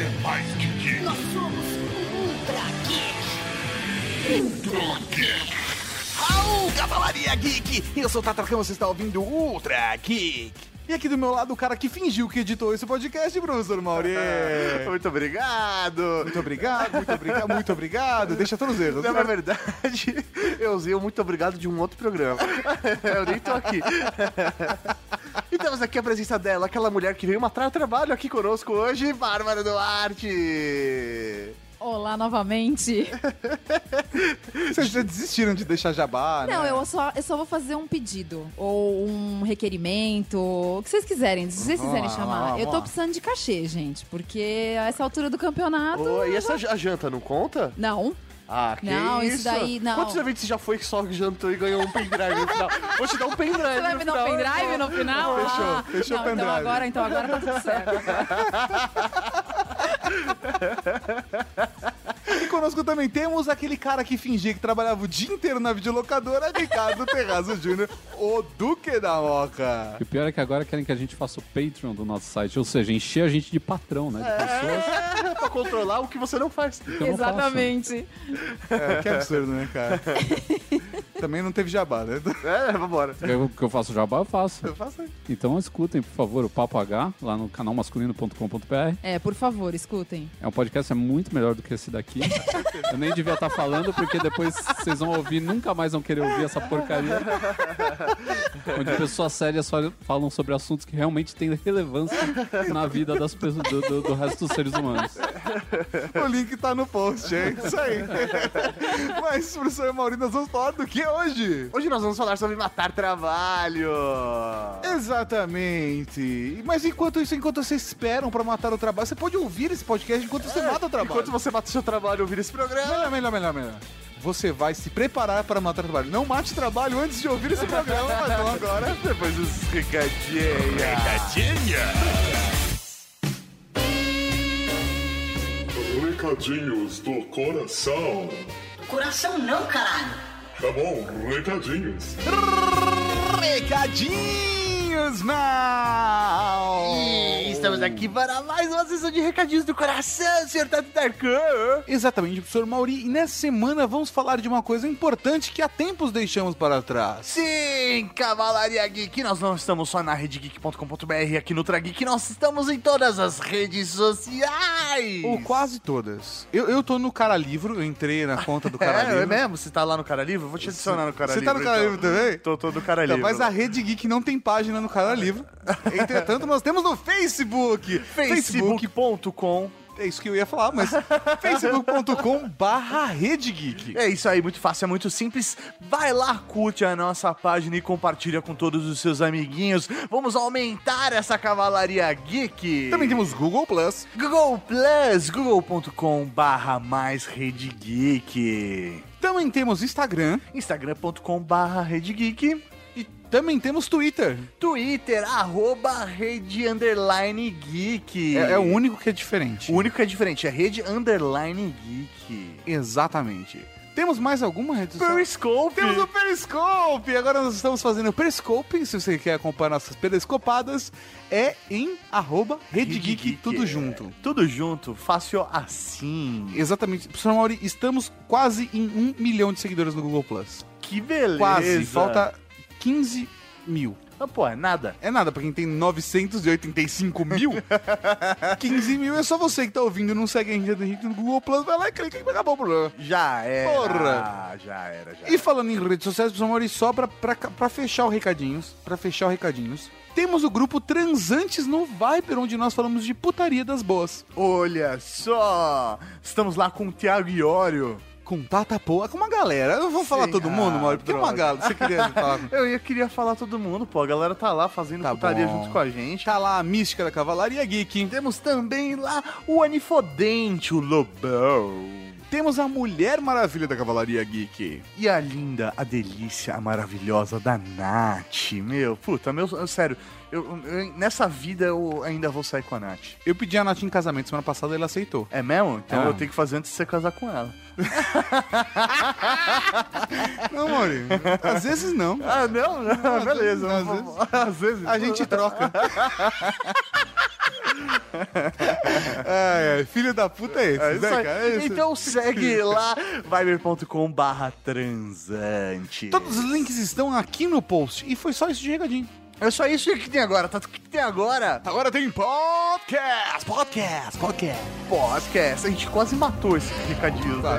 É mais que geek. Nós somos o Ultra Geek. Ultra Geek. Au, Cavalaria Geek! Eu sou o Tata Khan, você está ouvindo o Ultra Geek. E aqui do meu lado, o cara que fingiu que editou esse podcast, professor Mauri. É. Muito obrigado. Muito obrigado, muito obrigado, muito obrigado. Deixa todos os erros. Não, na verdade, eu usei o muito obrigado de um outro programa. Eu nem tô aqui. E temos aqui é a presença dela, aquela mulher que veio matar o trabalho aqui conosco hoje, Bárbara Duarte. Olá novamente. Vocês já desistiram de deixar jabá, Não, né? eu só, eu só vou fazer um pedido. Ou um requerimento. O que vocês quiserem. Se vocês Vamos quiserem lá, chamar. vamos eu tô lá, vamos lá. precisando de cachê, gente. Porque a essa altura do campeonato. Oi, e essa j- a janta não conta? Não. Ah, que Não, isso? isso daí, não. Quantos eventos você já foi que só jantou e ganhou um pendrive no final? Vou te dar um pendrive Você vai no me dar final. um pendrive no final? Fechou, Ah, fechou não, o então pendrive. agora, então agora tá tudo certo. E conosco também temos aquele cara que fingia que trabalhava o dia inteiro na videolocadora, Ricardo Terrazzo Júnior, o Duque da Moca. E o pior é que agora querem que a gente faça o Patreon do nosso site, ou seja, encher a gente de patrão, né? De pessoas. É, pra controlar o que você não faz. Então não façam. Exatamente. É, que absurdo, né, cara? também não teve jabá, né? É, vambora. Eu, que eu faço jabá, eu faço. Faça aí. Então escutem, por favor, o Papo H, lá no canal masculino.com.br. É, por favor, escutem. É um podcast é muito melhor do que esse daqui. Eu nem devia estar falando, porque depois vocês vão ouvir, nunca mais vão querer ouvir essa porcaria. Onde pessoas sérias só falam sobre assuntos que realmente têm relevância na vida das pessoas, do, do- do resto dos seres humanos. O link tá no post, é isso aí. Mas, professor Mauri, nós vamos falar do que hoje? Hoje nós vamos falar sobre matar trabalho. Exatamente. Mas enquanto isso, enquanto vocês esperam pra matar o trabalho, você pode ouvir esse podcast enquanto você mata o trabalho. É, Enquanto você mata o seu trabalho ouvir esse programa, Melhor, melhor, melhor, melhor. Você vai se preparar para matar o trabalho. Não mate trabalho antes de ouvir esse programa, mas não agora. depois dos recadinhos. Pegadinha. Recadinhos do coração. Coração não, caralho. Tá bom, recadinhos. Recadinhos não! E Estamos aqui para mais uma sessão de recadinhos do coração, senhor Tato Tarkan. Exatamente, professor Mauri. E nessa semana vamos falar de uma coisa importante que há tempos deixamos para trás. Sim, Cavalaria Geek, nós não estamos só na redegeek.com.br aqui no Trageek, nós estamos em todas as redes sociais. Ou quase todas. Eu, eu tô no Cara Livro, eu entrei na conta do Cara É, é Livro. mesmo? Você tá lá no Cara Livre? Eu Vou te adicionar no Cara Você Livre. então. tá no Cara Livre também? Tô, tô no Cara É. Então, Livre. mas a Rede Geek não tem página no Cara Livro. Entretanto, nós temos no Facebook. Facebook. Facebook.com É isso que eu ia falar, mas facebook.com barra Rede Geek. É isso aí, muito fácil, é muito simples. Vai lá, curte a nossa página e compartilha com todos os seus amiguinhos. Vamos aumentar essa cavalaria geek. Também temos Google Plus. Google Plus, google.com barra mais rede geek. Também temos Instagram. Instagram.com barra rede geek. E também temos Twitter. Twitter, arroba rede underline geek. É, é o único que é diferente. O único que é diferente, é rede underline geek. Exatamente. Temos mais alguma rede social? Periscope. Temos o Periscope! Agora nós estamos fazendo o Periscope. Se você quer acompanhar nossas periscopadas, é em arroba RedeGeek, Geek, tudo é. junto. Tudo junto, fácil assim. Exatamente. Professor Mauri, estamos quase em um milhão de seguidores no Google+. Plus. Que beleza. Quase. Falta 15 mil. Ah, pô, é nada. É nada, pra quem tem 985 mil, 15 mil é só você que tá ouvindo e não segue a gente no Google+, Plus, vai lá e clica e acabou o problema. Já era. Porra. Já era, já E falando em redes sociais, pessoal, Mauri, só pra, pra, pra fechar o recadinhos, pra fechar o recadinhos, temos o grupo Transantes no Viper, onde nós falamos de putaria das boas. Olha só. Estamos lá com o Thiago Iório. Com Tata Poa, com uma galera. Eu vou falar Sim, todo ah, mundo, Mauri, porque é uma droga. galera. Você queria falar? Eu ia, queria falar todo mundo, pô. A galera tá lá fazendo Tá putaria bom. junto com a gente. Tá lá a mística da Cavalaria Geek. Temos também lá o Anifodente, o Lobão. Temos a Mulher Maravilha da Cavalaria Geek. E a linda, a delícia, a maravilhosa da Nath. Meu, puta, meu, eu- sério. eu- eu- nessa vida eu ainda vou sair com a Nath. Eu pedi a Nath em casamento semana passada, ela aceitou. É mesmo? Então Ah. eu tenho que fazer antes de você casar com ela. Não, Mauri, às vezes não. Ah, não? Beleza, Beleza. Às vezes. A gente troca. É, é, filho da puta é esse, É isso né, aí. cara? É isso. Então segue lá, viber.com barra transante. Todos os links estão aqui no post. E foi só isso de recadinho. É só isso que tem agora, tá? O que tem agora? Agora tem podcast! Podcast, podcast. Podcast. A gente quase matou esse recadinho, né?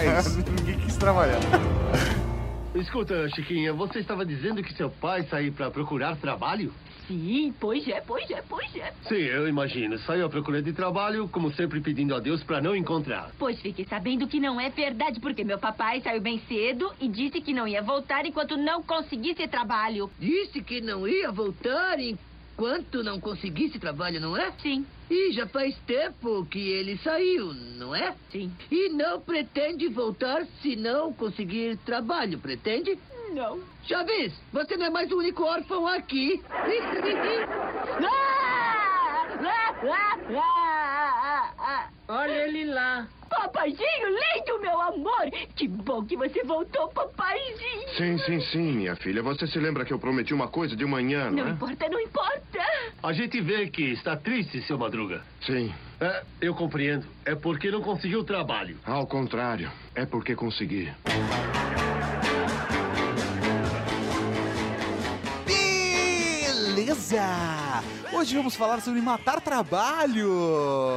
É isso. Ninguém quis trabalhar. Escuta, Chiquinha, você estava dizendo que seu pai saiu para procurar trabalho? Sim, pois é, pois é, pois é. Sim, eu imagino. Saiu à procura de trabalho, como sempre pedindo a Deus para não encontrar. Pois fique sabendo que não é verdade, porque meu papai saiu bem cedo e disse que não ia voltar enquanto não conseguisse trabalho. Disse que não ia voltar enquanto não conseguisse trabalho, não é? Sim, E já faz tempo que ele saiu, não é? sim. E não pretende voltar se não conseguir trabalho, pretende? Não. Chaves, você não é mais o único órfão aqui. Ah! Ah! Ah! Ah! Ah! Olha ele lá. Papaizinho lindo, meu amor! Que bom que você voltou, papaizinho! Sim, sim, sim, minha filha. Você se lembra que eu prometi uma coisa de manhã, é? Não importa, não importa! A gente vê que está triste, seu Madruga. Sim. É, eu compreendo. É porque não conseguiu trabalho. Ao contrário. É porque consegui. Beleza! Hoje vamos falar sobre matar trabalho.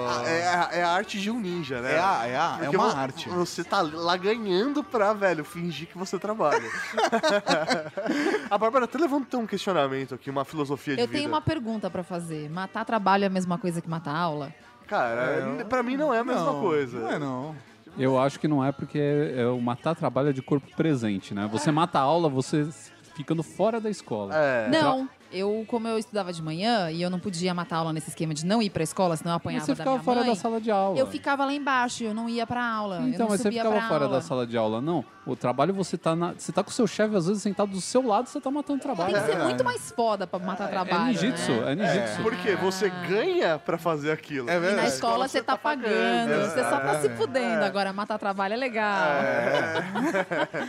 Ah, É, a- é a arte de um ninja, né? É a- é a- é Porque uma vo- arte. Você tá lá ganhando pra, velho, fingir que você trabalha. a Bárbara até levantou um questionamento aqui, uma filosofia de Eu vida. tenho uma pergunta pra fazer. Matar trabalho é a mesma coisa que matar aula? Cara, É, pra mim não é a mesma Não, coisa. Não é não. Eu acho que não é porque é, é o matar trabalho é de corpo presente, né? Você mata a aula, você s- ficando fora da escola. É. Não. Eu, como eu estudava de manhã e eu não podia matar aula nesse esquema de não ir pra escola, senão eu Mas apanhava você da ficava minha fora mãe. da sala de aula. Eu ficava lá embaixo, eu não ia pra aula. eu Então, não mas você subia ficava pra fora aula. da sala de aula, não. O trabalho você tá na, você tá com o seu chefe às vezes sentado do seu lado, você tá matando trabalho. Tem que ser É. muito mais foda pra matar trabalho. É ninjitsu, né? é ninjitsu. Porque você Ah. ganha pra fazer aquilo. É E verdade. na escola você tá pagando, você só tá É. se fudendo. Agora, matar trabalho é legal.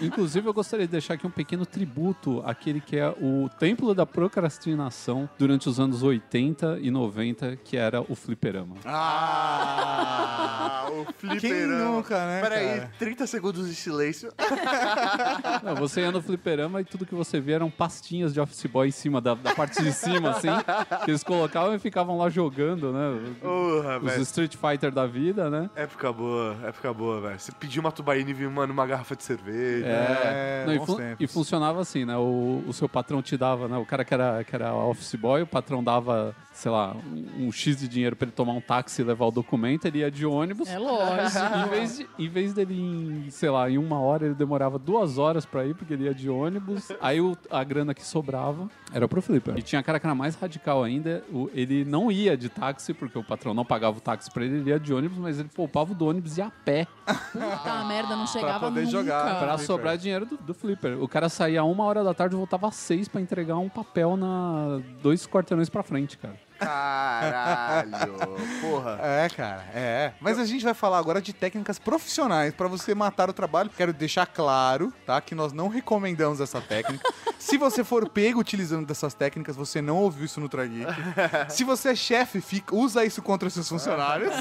Inclusive, eu gostaria de deixar aqui um pequeno tributo àquele que é o templo da procrastinação durante os anos 80 e 90, que era o fliperama. Ah, o fliperama. Quem nunca, né, Peraí, cara? 30 segundos de silêncio. Não, você ia no fliperama e tudo que você via eram pastinhas de Office Boy em cima, da, da parte de cima, assim, que eles colocavam e ficavam lá jogando, né? Porra, Os velho. Street Fighter da vida, né? Época boa, época boa, velho. Você pediu uma tubaína e viu, mano, uma garrafa de cerveja. É, Não, e, bons fun- tempos. e funcionava assim, né? O, o seu patrão te dava, né? O cara que era, que era office boy, o patrão dava, sei lá, um, um X de dinheiro pra ele tomar um táxi e levar o documento, ele ia de ônibus. É lógico. Em vez, de- em vez dele, em, sei lá, em uma hora, ele demorava duas horas pra ir, porque ele ia de ônibus. Aí o- a grana que sobrava era pro Flipper. E tinha cara que era mais radical ainda. o- ele não ia de táxi, porque o patrão não pagava o táxi pra ele, ele ia de ônibus, mas ele poupava o do ônibus e ia a pé. Puta merda, não chegava poder nunca. jogar. Pra Flipper. sobrar dinheiro do, do Flipper. O cara saía uma hora da tarde e voltava às seis pra entregar um papel na dois quarteirões pra frente, cara. Caralho, porra. É, cara, é. Mas a gente vai falar agora de técnicas profissionais pra você matar o trabalho. Quero deixar claro, tá? Que nós não recomendamos essa técnica. Se você for pego utilizando dessas técnicas, você não ouviu isso no Trageek. Se você é chefe, fica- usa isso contra seus funcionários.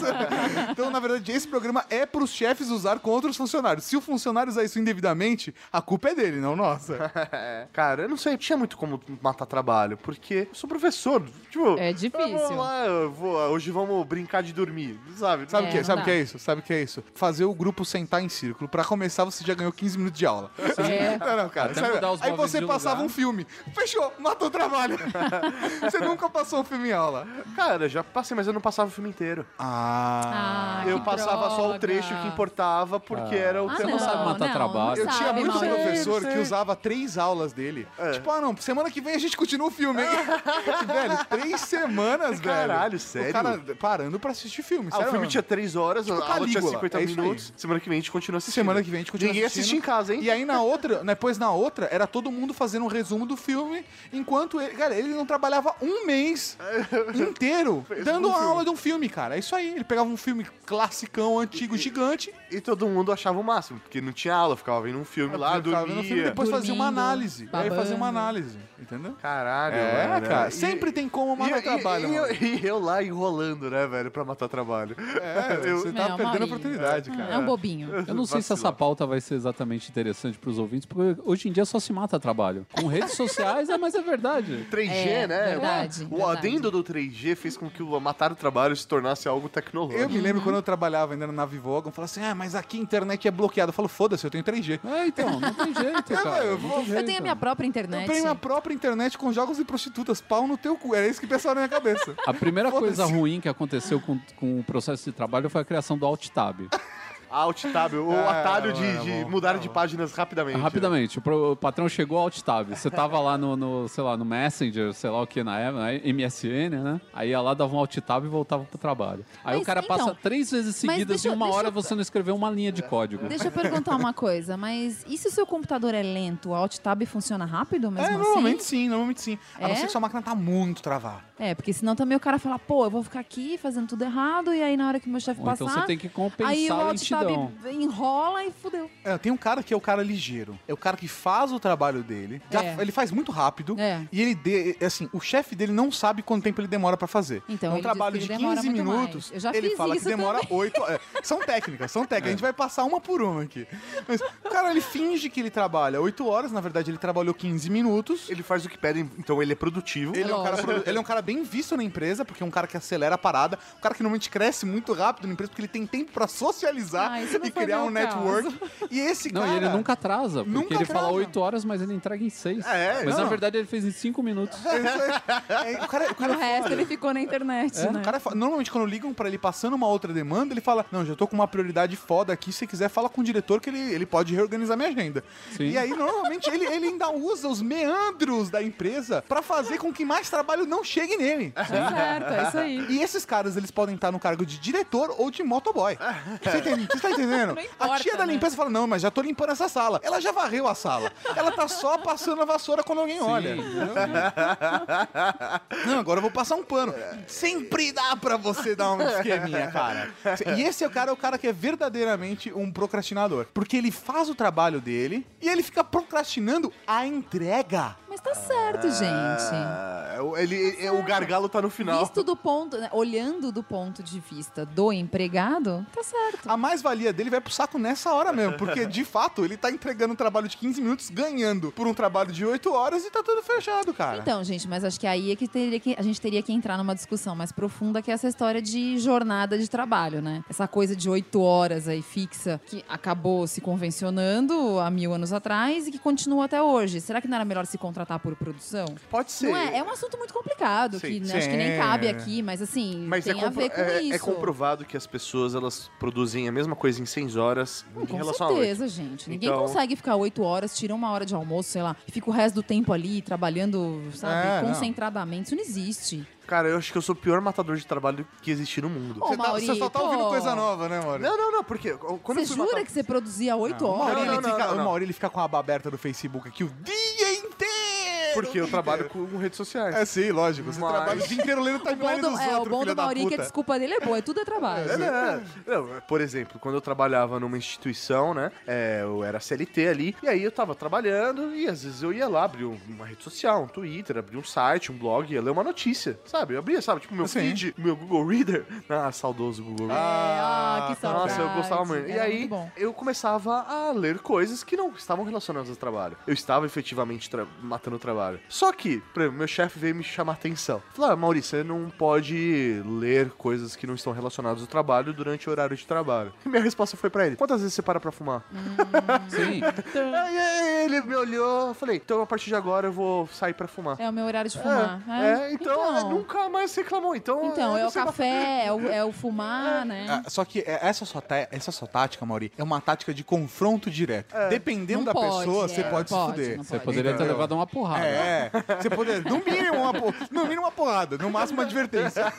Então, na verdade, esse programa é pros chefes usar contra os funcionários. Se o funcionário usar isso indevidamente, a culpa é dele, não nossa. Cara, eu não sei, eu tinha muito como matar trabalho, porque eu sou professor. Tipo, É eu vou difícil. lá, eu vou, hoje vamos brincar de dormir, sabe? Sabe o É, que? não Sabe o dá. que é isso? Sabe o que é isso? Fazer o grupo sentar em círculo. Pra começar, você já ganhou 15 minutos de aula. É. Não, não, cara. Até sério. mudar os Aí móveis você de passava lugar. um filme. Fechou, matou o trabalho. você nunca passou um filme em aula. Cara, eu já passei, mas eu não passava o filme inteiro. Ah, eu que passava só o droga. trecho que importava, porque era o Ah, Você tema não sabe matar trabalho. não Eu tinha sabe, muito Maurício. professor sei. que usava três aulas dele. É. Tipo, ah, não, semana que vem a gente continua o filme, hein? velho, três semanas, velho. Caralho, sério? O cara parando pra assistir filme. Ah, sério o filme mesmo. tinha 3 horas, Tipo a aula tinha Calígula, 50 é isso aí. minutos. Semana que vem a gente continua assistindo. Semana que vem a gente continua Ninguém assistindo. assiste em casa, hein? E aí na outra, depois na outra, era todo mundo fazendo um resumo do filme, enquanto ele, cara, ele não trabalhava um mês inteiro dando um uma filme. aula de um filme, cara. É isso aí. Ele pegava um filme classicão, antigo, gigante, E todo mundo achava o máximo, porque não tinha aula, ficava vendo um filme lá, ficava dormia. vendo filme, depois fazia uma Dormindo, análise. Aí fazia uma babando. análise, entendeu? Caralho, É, mano. cara. E- Sempre tem como E, matar e- trabalho, E eu, mano. e eu lá enrolando, né, velho, pra matar trabalho. É, você Não, tá perdendo a Maurinho. oportunidade, cara. É um bobinho. Eu não sei se essa pauta vai ser exatamente interessante pros ouvintes, porque hoje em dia só se mata trabalho. Com redes sociais, é, mas é verdade. 3G, É, né? verdade, o verdade. adendo do 3G fez com que o matar o trabalho se tornasse algo tecnológico. Eu me Uhum. lembro quando eu trabalhava ainda na Vivogon, falava assim, ah, mas aqui a internet é bloqueada. Eu falo, foda-se, eu tenho 3G. É, então, não tem jeito, É, cara. eu não vou- tem Eu jeito. tenho a minha própria Eu internet. tenho minha própria internet com jogos e prostitutas, pau no teu cu. Era isso que pensaram na minha cabeça. A primeira Foda-se. coisa ruim que aconteceu com, com o processo de trabalho foi a criação do AltTab. Alt tab, o atalho de, é de bom, mudar de páginas rapidamente. né? Rapidamente, o pro- o patrão chegou ao Alt-Tab. Você tava lá no, no, sei lá, no Messenger, sei lá o que na época, né? MSN, né? Aí ia lá, dava um Alt-Tab e voltava pro trabalho. Aí Mas, o cara passa então, três vezes mas seguidas deixa e eu- uma deixa hora eu- você não escreveu uma linha de código. Deixa eu perguntar uma coisa, mas e se o seu computador é lento? O Alt Tab funciona rápido mesmo é, assim? normalmente sim, normalmente sim. A É? não ser que sua máquina tá muito travada. É, porque senão também o cara fala, pô, eu vou ficar aqui fazendo tudo errado, e aí na hora que meu chefe Ou passar. então você tem que compensar aí o a Alt Tab lentidão. enrola e fudeu. É, tem um cara que é o cara ligeiro. É o cara que faz o trabalho dele. Já- É. Ele faz muito rápido. É. E ele, de, é assim, o chefe dele não sabe quanto tempo ele demora pra fazer. Então, é um ele diz trabalho que de ele demora 15 muito mais. minutos. Eu já ele fiz fala isso que demora 8 horas. É, São técnicas, são técnicas. A gente vai passar uma por uma aqui. Mas, cara, ele finge que ele trabalha 8 horas. Na verdade, ele trabalhou 15 minutos. Ele faz o que pedem, então ele é produtivo. Ele é, um cara, produ- ele é um cara bem visto na empresa, porque é um cara que acelera a parada, um cara que normalmente cresce muito rápido na empresa, porque ele tem tempo pra socializar Ah, isso não e foi criar meu um network. E esse Não, cara. e ele nunca atrasa, porque Nunca ele fala atrasa. 8 horas, mas ele entrega em 6. É, mas na não. verdade ele fez em 5 minutos. É, o cara, o E cara assim, o resto ele ficou na internet, né? O cara fa- normalmente quando ligam pra ele passando uma outra demanda, ele fala: Não, já tô com uma prioridade foda aqui. Se você quiser, fala com o diretor que ele, ele pode reorganizar minha agenda. Sim. E aí, normalmente, ele, ele ainda usa os meandros da empresa pra fazer com que mais trabalho não chegue nele. Tá certo, é isso aí. E esses caras, eles podem estar no cargo de diretor ou de motoboy. Você entende? Você tá entendendo? Não importa, a tia da né? limpeza fala: Não, mas já tô limpando essa sala. Ela já varreu a sala. Ela tá só passando a vassoura quando alguém olha. Não, agora eu vou passar um pano. Sempre dá pra você dar um esqueminha, cara. E esse é o cara, é o cara que é verdadeiramente um procrastinador. Porque ele faz o trabalho dele e ele fica procrastinando a entrega. Mas tá certo, gente. Ah, é o- ele, é- o gargalo tá no final. Visto do ponto, né, olhando do ponto de vista do empregado, tá certo. A mais-valia dele vai pro saco nessa hora mesmo. Porque, de fato, ele tá entregando um trabalho de 15 minutos, ganhando por um trabalho de 8 horas e tá tudo fechado, cara. Então, gente, mas acho que aí é que, teria que a gente teria que entrar numa discussão mais profunda que é essa história de jornada de trabalho, né? Essa coisa de oito horas aí fixa que acabou se convencionando há mil anos atrás e que continua até hoje. Será que não era melhor se contratar por produção? Pode ser. Não é? É um assunto muito complicado, Sim. É. que né, acho que Sim. nem cabe aqui, mas assim, Mas é, tem a compro- ver com é- é isso. comprovado que as pessoas elas produzem a mesma coisa em 6 horas Não, em com relação a certeza, gente. Ninguém Então- consegue ficar oito horas, tira uma hora de almoço, sei lá, e fica o resto do tempo ali trabalhando, É, sabe, não. concentradamente. Isso não existe. Cara, eu acho que eu sou o pior matador de trabalho que existe no mundo. Ô, Você, tá- você Mauri, só tá pô. ouvindo coisa nova, né, Mauri? Não, não, não, porque quando eu Você fui jura matar- que você produzia oito Uma hora, horas? Não, ele não, fica, não, não. uma hora ele fica com a aba aberta do Facebook aqui o dia inteiro. é Porque eu trabalho com redes sociais. É sim, lógico. Você Mas- trabalha o dia inteiro lendo O bom timeline do, dos é, o outros, bom filha do da Mauri é que a puta. desculpa dele é boa, é tudo é trabalho. É, né? Não, por exemplo, quando eu trabalhava numa instituição, né? é, eu era CLT ali, e aí eu tava trabalhando e às vezes eu ia lá abrir um- uma rede social, um Twitter, abrir um site, um blog, ia ler uma notícia, sabe? Eu abria, sabe? Tipo, meu Sim. feed, meu Google Reader. Ah, saudoso Google Reader. Ah, que saudade. Nossa, eu gostava muito. E Era aí, muito bom. eu começava a ler coisas que não estavam relacionadas ao trabalho. Eu estava efetivamente tra- matando o trabalho. Só que, por exemplo, meu chefe veio me chamar atenção. Falou, ah, Maurício, você não pode ler coisas que não estão relacionadas ao trabalho durante o horário de trabalho. E minha resposta foi pra ele, quantas vezes você para pra fumar? Hum. Sim. Aí, aí, ele me olhou, eu falei, então a partir de agora eu vou sair pra fumar. É o meu horário de fumar. né? É, é, então, é, nunca mais reclamou. Então, ah, então, eu é não o sei café, é o, é o fumar, né? Ah, só que é, essa sua, tá- essa sua tática, Mauri, é uma tática de confronto direto. Dependendo É. Não da pode, pessoa, você é, não pode se pode, fuder. não Você pode. poderia ter Entendeu? levado uma porrada. É, você poderia. No mínimo, uma, por- no mínimo uma porrada, no máximo uma advertência.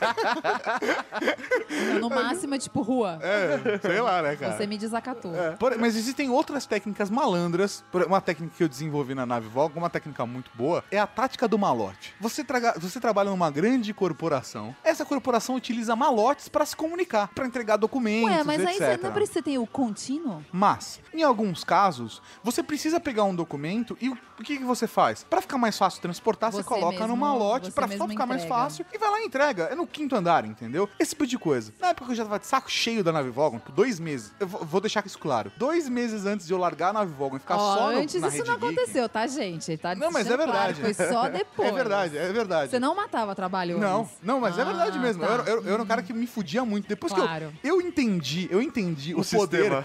Então, No máximo é tipo rua. É, sei lá, né, cara? Você me desacatou. Por- mas existem outras técnicas malandras. Por- Uma técnica que eu desenvolvi na nave Volga, uma técnica muito boa, é a tática do malote. Você, traga- você trabalha numa grande corporação. Essa corporação utiliza malotes pra se comunicar, pra entregar documentos, Ué, mas aí etc. você não precisa ter o contínuo? Mas, em alguns casos, você precisa pegar um documento e o o que, que você faz? Pra ficar mais fácil transportar, você, Você coloca mesmo- numa lote você pra só mesmo ficar mais entrega. fácil e vai lá e entrega. É no quinto andar, entendeu? Esse tipo de coisa. Na época que eu já tava de saco cheio da nave Vogon, por dois meses. Eu vou vou deixar isso claro. Dois meses antes de eu largar a nave Vogon e ficar Ó, só no, antes na isso Rede não Geek- aconteceu, tá, gente? Ele tá Não, mas é deixando claro, verdade. Foi só depois. É verdade, é verdade. Você não matava trabalho Não, antes. não, mas é Ah, verdade mesmo. tá. Eu, era- eu- eu era um cara que me fudia muito. Depois Claro. que eu, eu entendi, eu entendi o, O poder,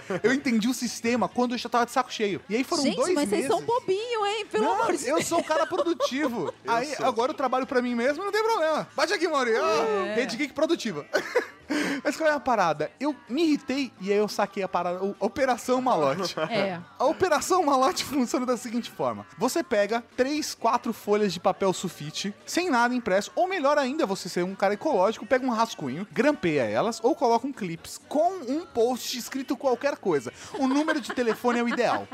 sistema. eu entendi o sistema quando eu já tava de saco cheio. E aí foram Gente, dois mas vocês meses. são bobinho, hein? Pelo não, amor de eu sou um cara produtivo. Eu aí sou. agora eu trabalho pra mim mesmo, não tem problema. Bate aqui, Mauri. Ah, É. Rede Geek produtiva. Mas qual é a parada? Eu me irritei e aí eu saquei a parada. o- Operação Malote. É. A operação malote funciona da seguinte forma: você pega três, quatro folhas de papel sulfite, sem nada impresso, ou melhor ainda, você ser um cara ecológico, pega um rascunho, grampeia elas ou coloca um clips com um post escrito qualquer coisa. O número de telefone é o ideal.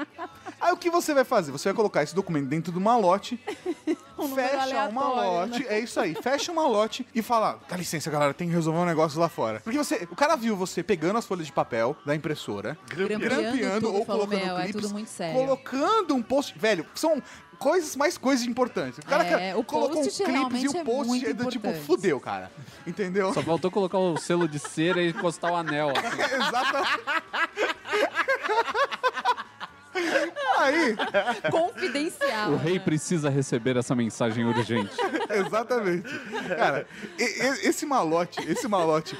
Aí o que você vai fazer? Você vai colocar esse documento dentro do malote, Um número fecha aleatório, né? uma lote, é isso aí, fecha uma lote e fala: dá licença, galera, tem que resolver um negócio lá fora. Porque você, o cara viu você pegando as folhas de papel da impressora, Grampeando grampeando tudo, ou falou, colocando "Meu, é clips, tudo muito sério." colocando um post, velho, são coisas mais coisas importantes. O cara É, quer- o colocou um post clipes e realmente o é post muito é do tipo importante. fudeu, cara. Entendeu? Só faltou colocar o selo de cera e encostar o anel. Assim. Exatamente. Aí, Confidencial. O rei precisa receber essa mensagem urgente. Exatamente. Cara, e- e- esse malote, esse malote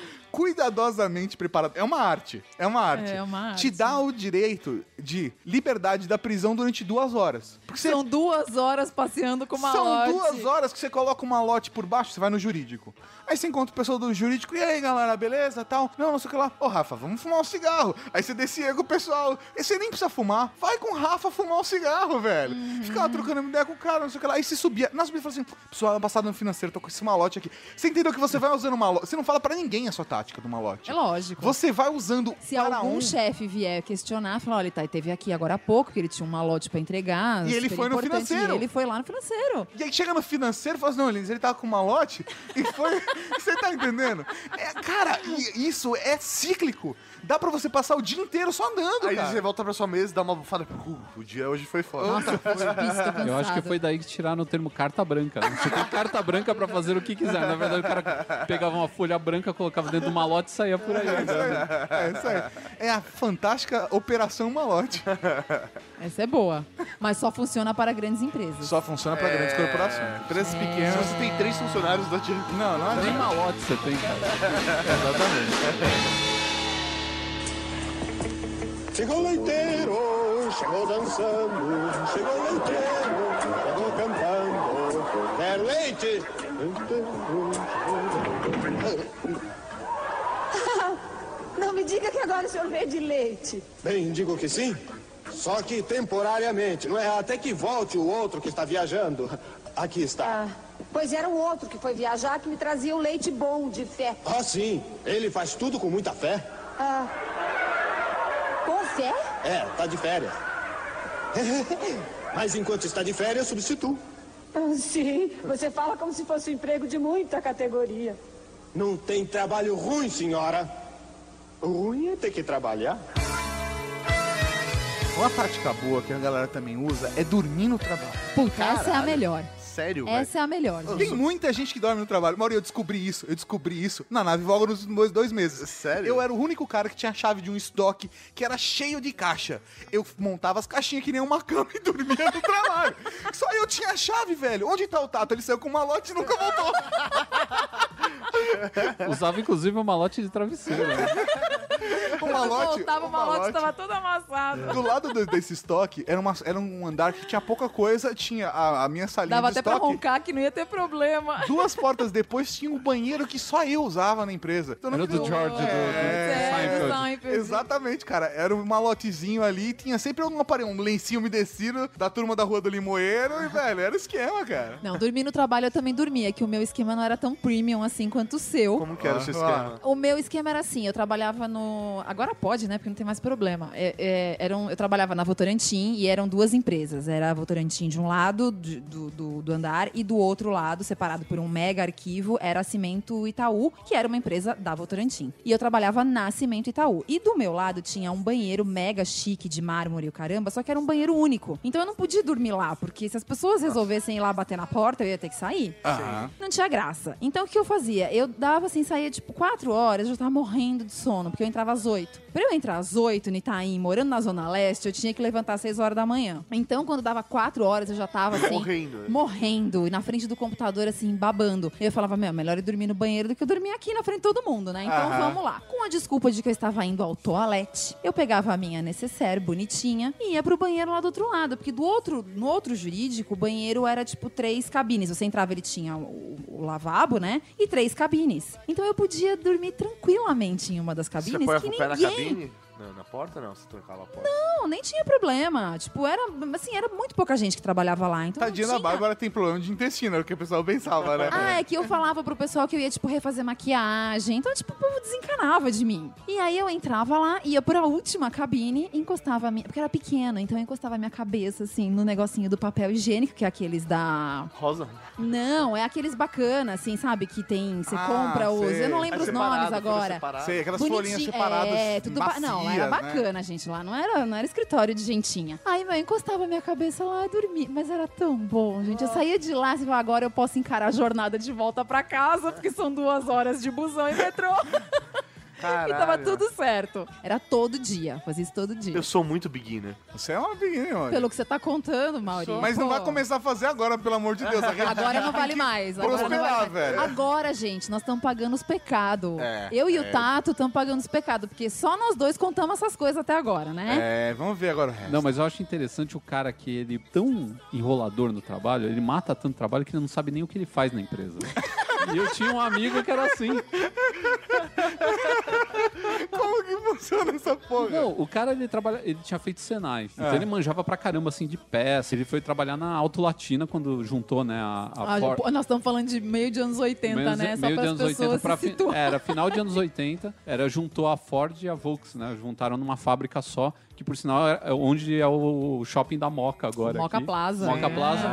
cuidadosamente preparado. É uma arte. É uma arte. É uma Te arte. dá o direito de liberdade da prisão durante duas horas. Porque você- São duas horas passeando com uma são lote. duas horas que você coloca uma lote por baixo, você vai no jurídico. Aí você encontra o pessoal do jurídico, e aí, galera, beleza, tal? Não, não sei o que lá. Ô, Rafa, vamos fumar um cigarro. Aí você descia com o pessoal. E você nem precisa fumar. Vai com o Rafa fumar um cigarro, velho. Uhum. Ficava trocando uma ideia com o cara, não sei o que lá. Aí você subia. Na subida, fala assim, pessoal, ano passado no financeiro, tô com esse malote aqui. Você entendeu que você vai usando uma lote. Você não fala pra ninguém a sua tática do malote. É lógico. Você vai usando Se para algum um... chefe vier questionar, falar, olha, tá, teve aqui agora há pouco, que ele tinha uma lote pra entregar. E ele super foi no importante, financeiro. e ele foi lá no financeiro. E aí chega no financeiro e fala assim, não, Elins, ele tava com malote e foi... Você tá entendendo? É, cara, e- isso é cíclico. Dá pra você passar o dia inteiro só andando, Aí cara. você volta pra sua mesa e dá uma bufada. Uh, o dia hoje foi foda. Nossa, foi difícil, tô Eu acho que cansada. foi daí que tiraram o termo carta branca. né? Você tem carta branca pra fazer o que quiser. Na verdade, o cara pegava uma folha branca, colocava dentro do malote e saía por aí. andando. É, isso aí. É a fantástica Operação Malote. Essa é boa. Mas só funciona para grandes empresas. Só funciona pra grandes corporações. Empresas pequenas, você tem três funcionários da dia. É. Não, não Nem adianta. malote você tem, cara. Chegou o leiteiro, chegou dançando, chegou o leiteiro, chegou cantando. Quer leite? Não me diga que agora o senhor veio de leite. Bem, digo que sim, só que temporariamente, não é? Até que volte o outro que está viajando. Aqui está. Ah, pois era o outro que foi viajar que me trazia o leite bom de fé. Ah, sim, ele faz tudo com muita fé. Ah, com fé? É, tá de férias. Mas enquanto está de férias, substituo. Ah, sim, você fala como se fosse um emprego de muita categoria. Não tem trabalho ruim, senhora. O ruim é ter que trabalhar. Uma tática boa que a galera também usa é dormir no trabalho. Puta, essa é a melhor. Sério, velho? Essa é a melhor. gente. Tem muita gente que dorme no trabalho. Mauri, eu descobri isso. Eu descobri isso na nave Voga nos meus dois meses. Sério? Eu era o único cara que tinha a chave de um estoque que era cheio de caixa. Eu montava as caixinhas que nem uma cama e dormia no trabalho. Só eu tinha a chave, velho. Onde tá o Tato? Ele saiu com uma lote e nunca voltou. Usava, inclusive, o malote de travesseiro. né? O malote. Voltava, o malote tava todo amassado. Do lado do- desse estoque, era, uma- era um andar que tinha pouca coisa, tinha a, a minha salinha Dava de até pra estoque. roncar que não ia ter problema. Duas portas depois tinha o banheiro que só eu usava na empresa. Então, eu não Era o do queria- George, do, do, É. Sério, do Seinfeld. É, Seinfeld. Exatamente, cara. Era um malotezinho ali, e tinha sempre um aparelho, um lencinho umedecido da turma da Rua do Limoeiro, e, velho, era o esquema, cara. Não, dormir no trabalho eu também dormia, que o meu esquema não era tão premium assim quanto o seu. Como que era o seu Ah, esquema? O meu esquema era assim, eu trabalhava no no. Agora pode, né? Porque não tem mais problema. É, é, eram, eu trabalhava na Votorantim e eram duas empresas. Era a Votorantim de um lado de- do, do, do andar e do outro lado, separado por um mega arquivo, era a Cimento Itaú, que era uma empresa da Votorantim. E eu trabalhava na Cimento Itaú. E do meu lado tinha um banheiro mega chique de mármore e o caramba, só que era um banheiro único. Então eu não podia dormir lá, porque se as pessoas resolvessem ir lá bater na porta, eu ia ter que sair. Aham. Não tinha graça. Então o que eu fazia? Eu dava assim, saía tipo 4 horas, eu já tava morrendo de sono, porque eu entrava às 8. Pra eu entrar às 8 no Itaim, morando na Zona Leste, eu tinha que levantar às 6 horas da manhã. Então quando dava 4 horas, eu já tava assim. Morrendo. Morrendo. E na frente do computador, assim, babando. Eu falava, meu, melhor eu dormir no banheiro do que eu dormir aqui na frente de todo mundo, né? Então Aham. vamos lá. Com a desculpa de que eu estava indo ao toalete, eu pegava a minha necessaire bonitinha e ia pro banheiro lá do outro lado. Porque do outro, no outro jurídico, o banheiro era tipo três cabines. Você entrava, ele tinha o, o lavabo, né? E três cabines. Então eu podia dormir tranquilamente em uma das cabines. Você põe que o pé na ninguém cabine? Não, na porta não, você trancava a porta. não, nem tinha problema. Tipo, era assim, era muito pouca gente que trabalhava lá. Então Tadinha não da tinha... Bárbara tem problema de intestino, era o que o pessoal pensava, né? Ah, é que eu falava pro pessoal que eu ia, tipo, refazer maquiagem. Então, tipo, o povo desencanava de mim. E aí eu entrava lá, ia pra última cabine, encostava a minha. Porque era pequeno, então eu encostava a minha cabeça, assim, no negocinho do papel higiênico, que é aqueles da. Rosa? Não, é aqueles bacana, assim, sabe? Que tem. Você Ah, compra os. sei. Eu não lembro É os separado, nomes folha agora. separada. Sei, aquelas folhinhas separadas, É, tudo ba- Não, macias, era né? bacana, gente, lá. Não era, não era escritório de gentinha. Aí, meu, eu encostava a minha cabeça lá e dormia. Mas era tão bom, gente. Eu saía de lá e falava, agora eu posso encarar a jornada de volta pra casa, porque são duas horas de busão e metrô. Caralho. E tava tudo certo. Era todo dia, fazia isso todo dia. Eu sou muito beginner. Você é uma beginner, olha. Pelo que você tá contando, Maurício. Mas não pô. vai começar a fazer agora, pelo amor de Deus. Agora não vale mais. Agora, não prosperar, vale mais. velho. agora, gente, nós estamos pagando os pecados. É, Eu e é. o Tato estamos pagando os pecados, porque só nós dois contamos essas coisas até agora, né? É, vamos ver agora o resto. Não, mas eu acho interessante o cara que ele é tão enrolador no trabalho, ele mata tanto trabalho que ele não sabe nem o que ele faz na empresa. e eu tinha um amigo que era assim. Como que funciona essa porra? Não, o cara ele trabalha, ele tinha feito Senai. Então É. ele manjava pra caramba assim de peça. Ele foi trabalhar na Auto Latina quando juntou, né, a, a Ah, Ford- pô, nós estamos falando de meio de anos 80, meio, né? Só meio para de as anos pessoas 80 pra é. se fi- situarem. Era final de anos 80, era juntou a Ford e a Volks, né? Juntaram numa fábrica só, que por sinal é é onde é o shopping da Moca agora. Moca aqui. Plaza. Moca É. Plaza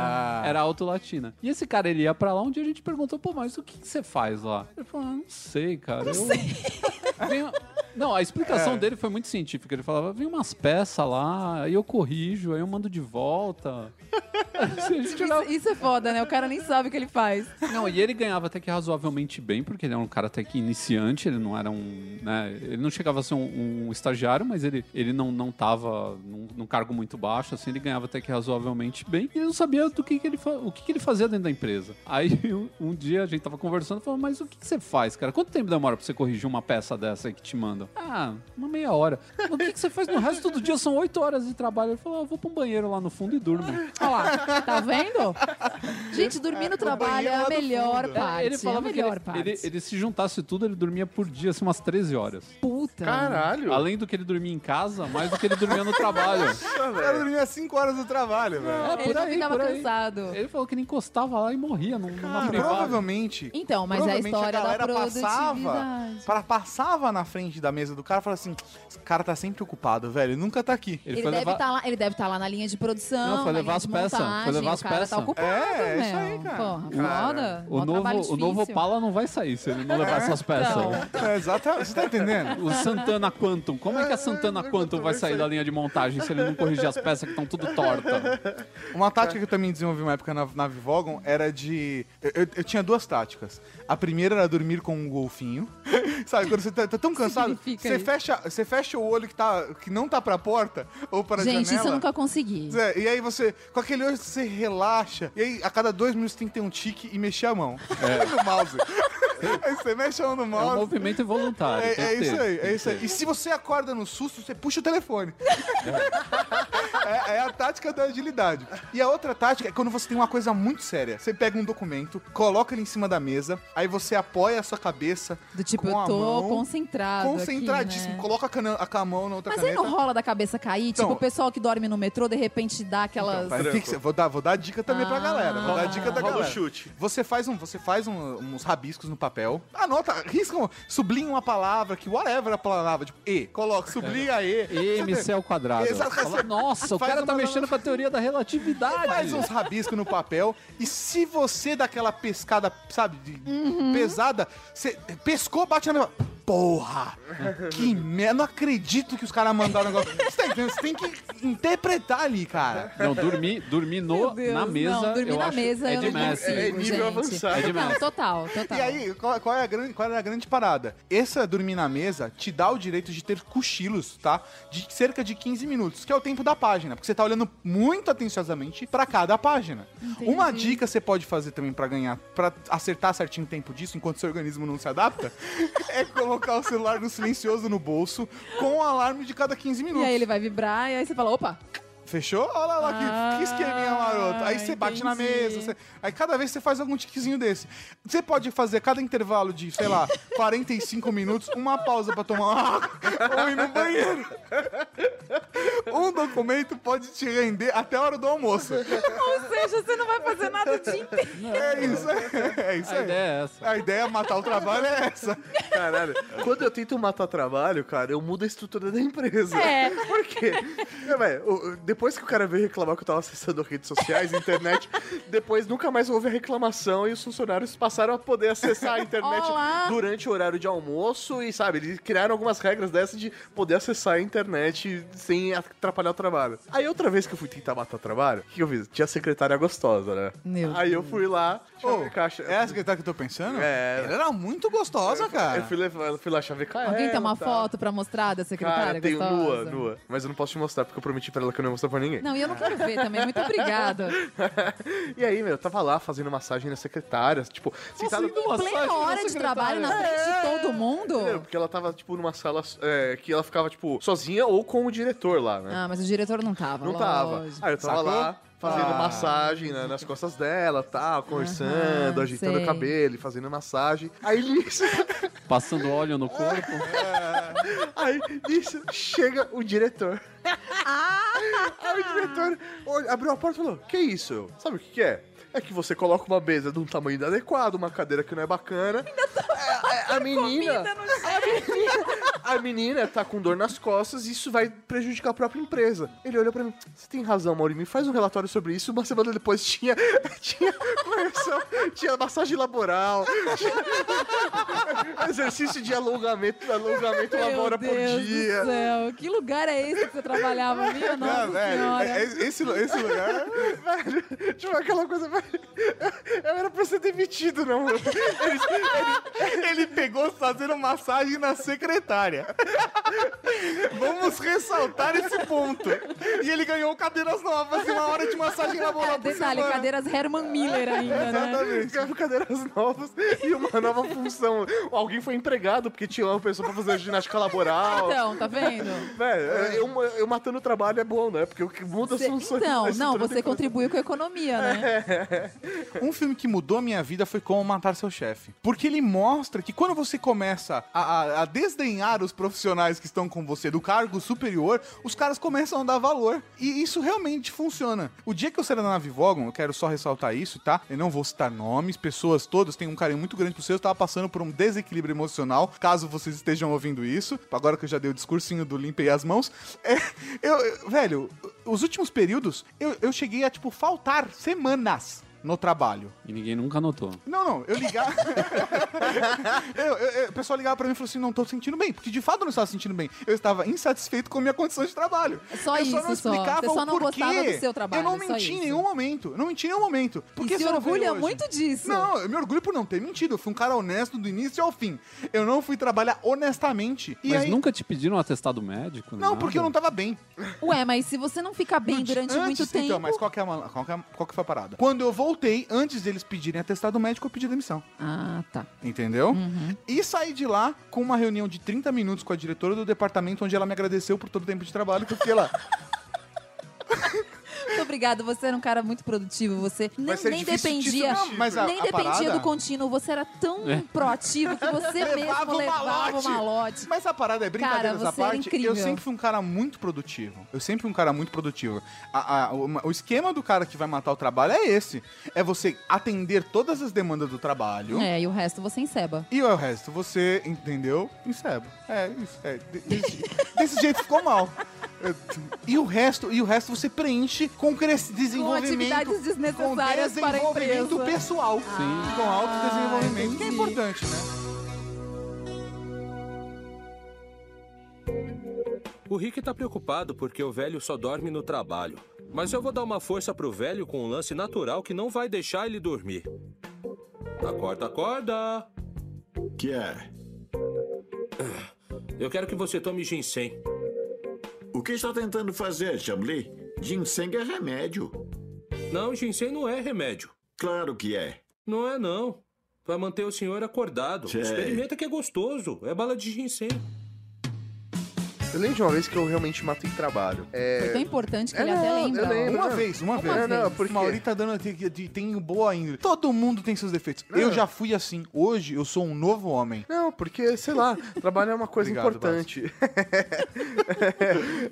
era Auto Latina. E esse cara ele ia pra lá, um dia a gente perguntou, pô, mas o que que você faz lá? Ele falou, ah, não sei, cara. eu- Vem- Não, a explicação É. dele foi muito científica. Ele falava, vem umas peças lá, aí eu corrijo, aí eu mando de volta. Isso, isso é foda, né? O cara nem sabe o que ele faz. Não, e ele ganhava até que razoavelmente bem, porque ele era um cara até que iniciante, ele não era um. né, ele não chegava a ser um, um estagiário, mas ele, ele não, não tava num, num cargo muito baixo, assim, ele ganhava até que razoavelmente bem, e ele não sabia do que, que ele fa- o que, que ele fazia dentro da empresa. Aí um, um dia a gente tava conversando e falou, mas o que, que você faz, cara? Quanto tempo demora pra você corrigir uma peça dessa aí que te mandam? Ah, uma meia hora. O que, que você faz no resto do dia? São oito horas de trabalho. Ele falou, ah, eu vou pra um banheiro lá no fundo e durmo. Olha lá, tá vendo? Gente, dormir no trabalho é a melhor É, parte. ele falava é a melhor que ele, parte. ele- ele se juntasse tudo, ele dormia por dia, assim, umas 13 horas. Puta. Além do que ele dormia em casa, mais do que ele dormia no trabalho. É, O é. cara dormia 5 horas do trabalho, velho. ele não ficava por aí. cansado. Ele falou que ele encostava lá e morria num- numa E privada. Ah, provavelmente. Então, mas é a provavelmente história da galera produtividade. Passava, pra- passava na frente da mesa do cara e falava assim: esse cara tá sempre ocupado, velho, ele nunca tá aqui. Ele, deve estar lá, ele deve estar lá na linha de produção. Não, foi na levar linha as de peças, foi montagem, levar as o cara peças. Tá ocupado, É, meu. isso aí, cara. Porra, Cara, foda. O Mó trabalho novo, o novo difícil. Opala não vai sair se ele não levar essas peças. É, exatamente, você tá entendendo? O Santana Quantum. Como é que a Santana Quantum vai sair da linha de montagem se ele não corrigir as peças que estão tudo torta? Uma tática que eu também desenvolvi uma época na, na Vivogon era de. Eu, eu- eu tinha duas táticas. A primeira era dormir com um golfinho. Sabe, quando você tá, tá tão cansado, Significa você isso. fecha, você fecha o olho que, tá, que não tá pra porta ou pra janela. Gente, isso eu nunca consegui. Zé, é, e aí você, com aquele olho, você relaxa. E aí, a cada dois minutos, tem que ter um tique e mexer a mão. É. no mouse. aí você mexe a mão no É um mouse. movimento involuntário. É, tem é que isso ter, aí, tem é que isso aí. ter. E se você acorda no susto, você puxa o telefone. é, é a tática da agilidade. E a outra tática é quando você tem uma coisa muito séria. Você pega um documento, coloca ele em cima da mesa, aí você apoia a sua cabeça. Do tipo, com eu a tô mão, concentrado. aqui, Concentradíssimo. né? Coloca a, cana- a ca- a mão na outra Mas é aí caneta. não rola da cabeça cair? Então- tipo, o pessoal que dorme no metrô, de repente dá aquelas. Mas fixa- vou, dar, vou dar dica também pra Ah. galera. Vou dar dica da Rola o galera. chute. Você faz, um, você faz um- uns rabiscos no papel. Anota, risca, um- sublinha uma palavra, que whatever a palavra, tipo E. Coloca, sublinha E. MC ao quadrado. Exato, Fala, você Nossa, o faz cara tá uma- mexendo com a teoria da relatividade. Faz um uns rabiscos no papel e se você dá aquela pescada, sabe, de- pesada, você pescou, bate na. Porra! Que merda! Não acredito que os caras mandaram um negócio. Você tá entendendo? Você tem que interpretar ali, cara. Não, dormir, dormir no, Meu Deus, na mesa. não, dormir eu na acho, mesa é eu não demais. consigo, É nível gente. avançado. É demais. Não, total, total. E aí, qual, qual é a grande, qual era a grande parada? Essa dormir na mesa te dá o direito de ter cochilos, tá? De cerca de 15 minutos, que é o tempo da página, porque você tá olhando muito atenciosamente pra cada página. Entendi. Uma dica você pode fazer também pra ganhar, pra acertar certinho o tempo disso, enquanto seu organismo não se adapta, é colocar o celular no silencioso no bolso com o alarme de cada 15 minutos. E aí ele vai vibrar, e aí você fala, opa, Fechou? Olha lá que, Ah, que esqueminha maroto. Aí você bate na entendi. mesa. você- Aí cada vez você faz algum tiquezinho desse. Você pode fazer cada intervalo de, sei lá, 45 minutos, uma pausa pra tomar uma água ou ir no banheiro. Um documento pode te render até a hora do almoço. Ou seja, você não vai fazer nada o dia inteiro. É isso, é, é isso A aí. ideia é essa. A ideia é matar o trabalho é essa. Caralho. Quando eu tento matar trabalho, cara, eu mudo a estrutura da empresa. É. Por quê? É, velho, o- o- depois que o cara veio reclamar que eu tava acessando redes sociais, internet, depois nunca mais houve a reclamação e os funcionários passaram a poder acessar a internet Olá. durante o horário de almoço e, sabe, eles criaram algumas regras dessa de poder acessar a internet sem atrapalhar o trabalho. Aí outra vez que eu fui tentar matar trabalho, o que eu fiz? Tinha a secretária gostosa, né? Meu Aí eu fui lá, Ô, é a secretária que eu tô pensando? É. Ela era muito gostosa, cara. eu fui, levar, fui lá chavecar Alguém tem uma ela, tá? foto pra mostrar da secretária? Cara, tenho nua, gostosa? nua. Mas eu não posso te mostrar, porque eu prometi pra ela que eu não ia mostrar pra ninguém. Não, e eu não quero ver também, muito obrigada. Assim, E aí, meu, eu tava lá fazendo massagem na secretária, tipo, tá sentada em plena hora de trabalho, na frente de todo Entendeu? mundo? Porque ela tava, tipo, numa sala é, que ela ficava, tipo, sozinha ou com o diretor lá, né? Ah, mas o diretor não tava, não tava. lógico. Ah, Aí eu tava Sacou? lá fazendo Ah. massagem né, nas costas dela, tal, conversando, Aham, agitando sei. o cabelo, e fazendo massagem. Aí nisso, Passando óleo no corpo. É. aí nisso chega o diretor. Aí o Ah. diretor olha- abriu a porta e falou: Que isso? Eu, Sabe o que, que é? É que você coloca uma mesa de um tamanho inadequado, uma cadeira que não é bacana. tá É, A, a- a menina. A menina, a menina tá com dor nas costas e isso vai prejudicar a própria empresa. Ele olhou pra mim: Você tem razão, Mauri, me faz um relatório sobre isso. Uma semana depois tinha. Tinha conversão, tinha massagem laboral, tinha exercício de alongamento, alongamento Meu uma hora por Deus dia. do céu, que lugar é esse que você trabalhava? Minha nossa Não, velho, senhora. é- é- esse, esse lugar. é Velho, tipo aquela coisa, velho. Eu era pra ser demitido, não. Ele, ele- ele pegou fazendo massagem na secretária. Vamos ressaltar esse ponto. E ele ganhou cadeiras novas e uma hora de massagem laboral por Detalhe, semana. cadeiras Herman Miller ainda, né? Exatamente. Ganhava É, cadeiras novas e uma nova função. Alguém foi empregado porque tinha uma pessoa pra fazer ginástica laboral. Então, tá vendo? Velho, é, eu, eu matando o trabalho é bom, né? Porque o que muda as Você- funções. então, a não, estrutura você contribuiu com a economia, É. né? Um filme que mudou minha vida foi Como Matar Seu Chefe. Porque ele mostra que quando você começa a, a- a desdenhar os profissionais que estão com você do cargo superior, os caras começam a dar valor. E isso realmente funciona. O dia que eu saí da Navivogon, eu quero só ressaltar isso, tá? Eu não vou citar nomes, pessoas todas têm um carinho muito grande pro seu. Eu tava passando por um desequilíbrio emocional, caso vocês estejam ouvindo isso. Agora que eu já dei o discursinho do limpei as mãos. É, eu, eu- velho, os últimos períodos, eu, eu cheguei a, tipo, faltar semanas no trabalho. E ninguém nunca notou. Não, não, eu ligava. Eu- eu- eu- o pessoal ligava pra mim e falou assim: não tô sentindo bem. Porque de fato eu não estava sentindo bem. Eu estava insatisfeito com a minha condição de trabalho. É Só eu isso, só. Não só. explicava Você só o não porquê. gostava do seu trabalho, Eu não só menti em isso. nenhum momento. Não menti em nenhum momento. Por que se você não veio orgulha hoje? muito disso. Não, eu me orgulho por não ter mentido. Eu fui um cara honesto do início ao fim. Eu não fui trabalhar honestamente. E Mas aí- nunca te pediram um atestado médico? Não, porque eu não tava bem. Ué, mas se você não fica bem durante Antes- muito tempo. Então, mas qual que, é a mala- qual que é a- qual que foi a parada? Quando eu voltei, antes deles pedirem atestado médico, eu pedi demissão. Ah, tá. Entendeu? Uhum. E saí de lá com uma reunião de 30 minutos com a diretora do departamento, onde ela me agradeceu por todo o tempo de trabalho que eu fiquei lá. obrigado. Você era um cara muito produtivo. Você nem, é ser nem difícil dependia, título, não, mas a- nem a dependia parada- do contínuo. Você era tão É. proativo que você mesmo levava o malote. Mas a parada é brincadeira Cara, dessa você era parte. incrível. Eu sempre fui um cara muito produtivo. Eu sempre fui um cara muito produtivo. A- a- o, o esquema do cara que vai matar o trabalho é esse: é você atender todas as demandas do trabalho. É, e o resto você enceba. E o resto, você entendeu? Enceba. É, isso. É, de- desse, desse jeito ficou mal. É, E o resto, e o resto você preenche com cres- desenvolvimento. atividades desnecessárias com para a desenvolvimento empresa. Ah. pessoal. Sim. Com autodesenvolvimento, que é importante, né? O Rick tá preocupado porque o velho só dorme no trabalho. Mas eu vou dar uma força pro velho com um lance natural que não vai deixar ele dormir. Acorda, acorda! Que é? Eu quero que você tome ginseng. O que está tentando fazer, Chablis? Ginseng é remédio. Não, ginseng não é remédio. Claro que é. Não é não. Vai manter o senhor acordado. Sei. Experimenta que é gostoso. É bala de ginseng. Eu lembro de uma vez que eu realmente matei trabalho. É... Foi tão importante que É, ele até não, lembra. eu lembro. Uma Não. vez, uma, Uma vez. vez. Não, porque- Mauri tá dando. Tem, tem boa índole. Todo mundo tem seus defeitos. Não. Eu já fui assim. Hoje eu sou um novo homem. Não, porque, sei lá, trabalho é uma coisa Obrigado, importante.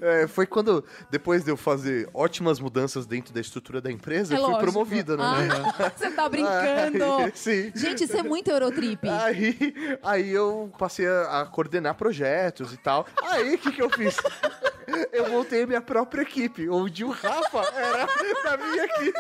É, foi quando, depois de eu fazer ótimas mudanças dentro da estrutura da empresa, É eu fui lógico. promovido, né? Ah, você tá brincando. Ai, sim. Gente, isso é muito Eurotrip. Aí, aí eu passei a, a coordenar projetos e tal. Aí, o que, que eu fiz? Eu montei a minha própria equipe, onde o Rafa era da minha equipe.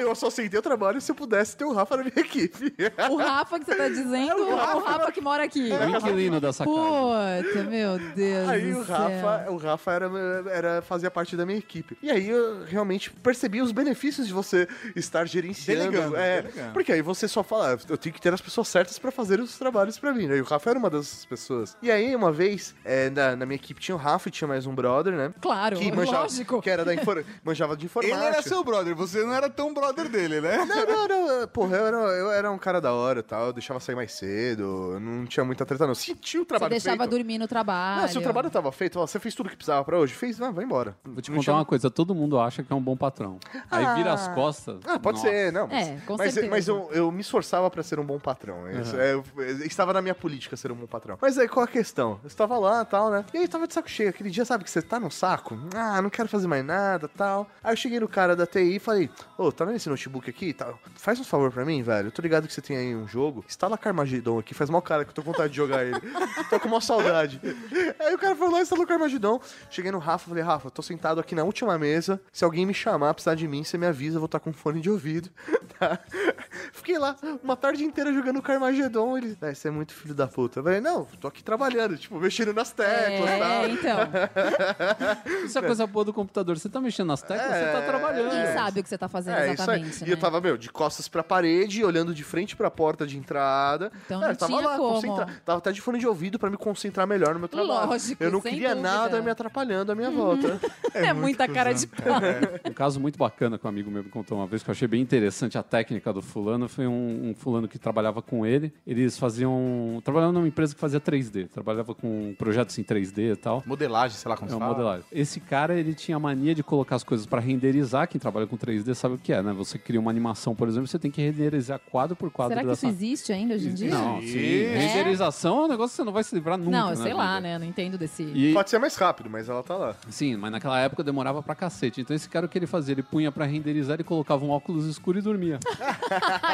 Eu só aceitei o trabalho se eu pudesse ter o Rafa na minha equipe. O Rafa que você tá dizendo, É o o Rafa, Rafa. que mora aqui. É o inquilino dessa Puta, meu Deus Aí do o céu. Rafa, o Rafa era, era, fazia parte da minha equipe. E aí eu realmente percebi os benefícios de você estar gerenciando. Delegando, é, delegando. Porque aí você só fala, "Ah, eu tenho que ter as pessoas certas pra fazer os trabalhos pra mim, né? E o Rafa era uma dessas pessoas. E aí, uma vez, é, na, na minha equipe tinha o Rafa e tinha mais um brother, né? Claro, que manjava, lógico. Que era da infor- manjava de Ele informática. era seu brother, você não era tão brother dele, né? Não, não, não. Porra, eu era, eu era um cara da hora e tal. Eu deixava sair mais cedo. eu Não tinha muita treta, não. Sentia o Você trabalho deixava feito. dormir no trabalho. Não, se o trabalho tava feito, ó, você fez tudo que precisava pra hoje, fez, não, vai embora. Vou te Não contar tinha- uma coisa, todo mundo acha que é um bom patrão. Ah. Aí vira as costas. Ah, pode nossa. ser, não. Mas, É, com mas, certeza. mas eu, eu me esforçava pra ser um bom patrão. é isso, Aham. é, eu- eu- estava na minha política ser um bom patrão. Mas aí, qual a questão? Eu estava lá e tal, né? E aí eu tava de saco cheio. Aquele dia, sabe que você tá no saco? Ah, não quero fazer mais nada tal. Aí eu cheguei no cara da TI e falei, ô, tá vendo esse notebook aqui e tal? Faz um favor pra mim, velho. Eu tô ligado que você tem aí um jogo. Instala Carmageddon aqui, faz mal cara que eu tô com vontade de jogar ele. tô com uma saudade. Aí o cara foi lá e instalou Carmageddon. tá Cheguei no Rafa e falei, Rafa, eu tô sentado aqui na última mesa. Se alguém me chamar, precisar de mim, você me avisa, eu vou estar com fone de ouvido. Tá? Fiquei lá uma tarde inteira jogando Carmageddon. Ele, ah, você é muito filho da puta. Eu falei, não, tô aqui trabalhando, tipo, mexendo nas teclas e tal. É, então. Isso é coisa boa do computador. Você tá mexendo nas teclas, você É. tá trabalhando. Quem sabe o que você tá fazendo É, isso aí. exatamente, E eu tava, meu, de costas pra parede, olhando de frente pra porta de entrada. Então É, não tava tinha lá, como. concentra- Tava até de fone de ouvido pra me concentrar melhor no meu trabalho. Lógico, Eu não sem queria dúvida. nada me atrapalhando a minha volta. É, muita cara de pau. É. Um caso muito bacana que um amigo meu me contou uma vez, que eu achei bem interessante a técnica do fulano, foi um, um fulano que trabalhava com ele. Eles faziam. Trabalhavam numa empresa que fazia 3D, trabalhava com projetos em 3D e tal. Modelagem, sei lá como É se um fala. modelagem. Esse cara, ele tinha a mania de colocar as coisas pra renderizar. Quem trabalha com 3D sabe o que é, né? Você cria uma animação, por exemplo, você tem que renderizar quadro por quadro Será que da isso existe ainda hoje em dia? Não, sim. É? Renderização é um negócio que você não vai se livrar nunca. Não, né, sei vida? lá, né? Eu não entendo desse... Pode ser mais rápido, mas ela tá lá. Sim, mas naquela época demorava pra cacete. Então esse cara o que ele fazia? Ele punha pra renderizar, ele colocava um óculos escuro e dormia.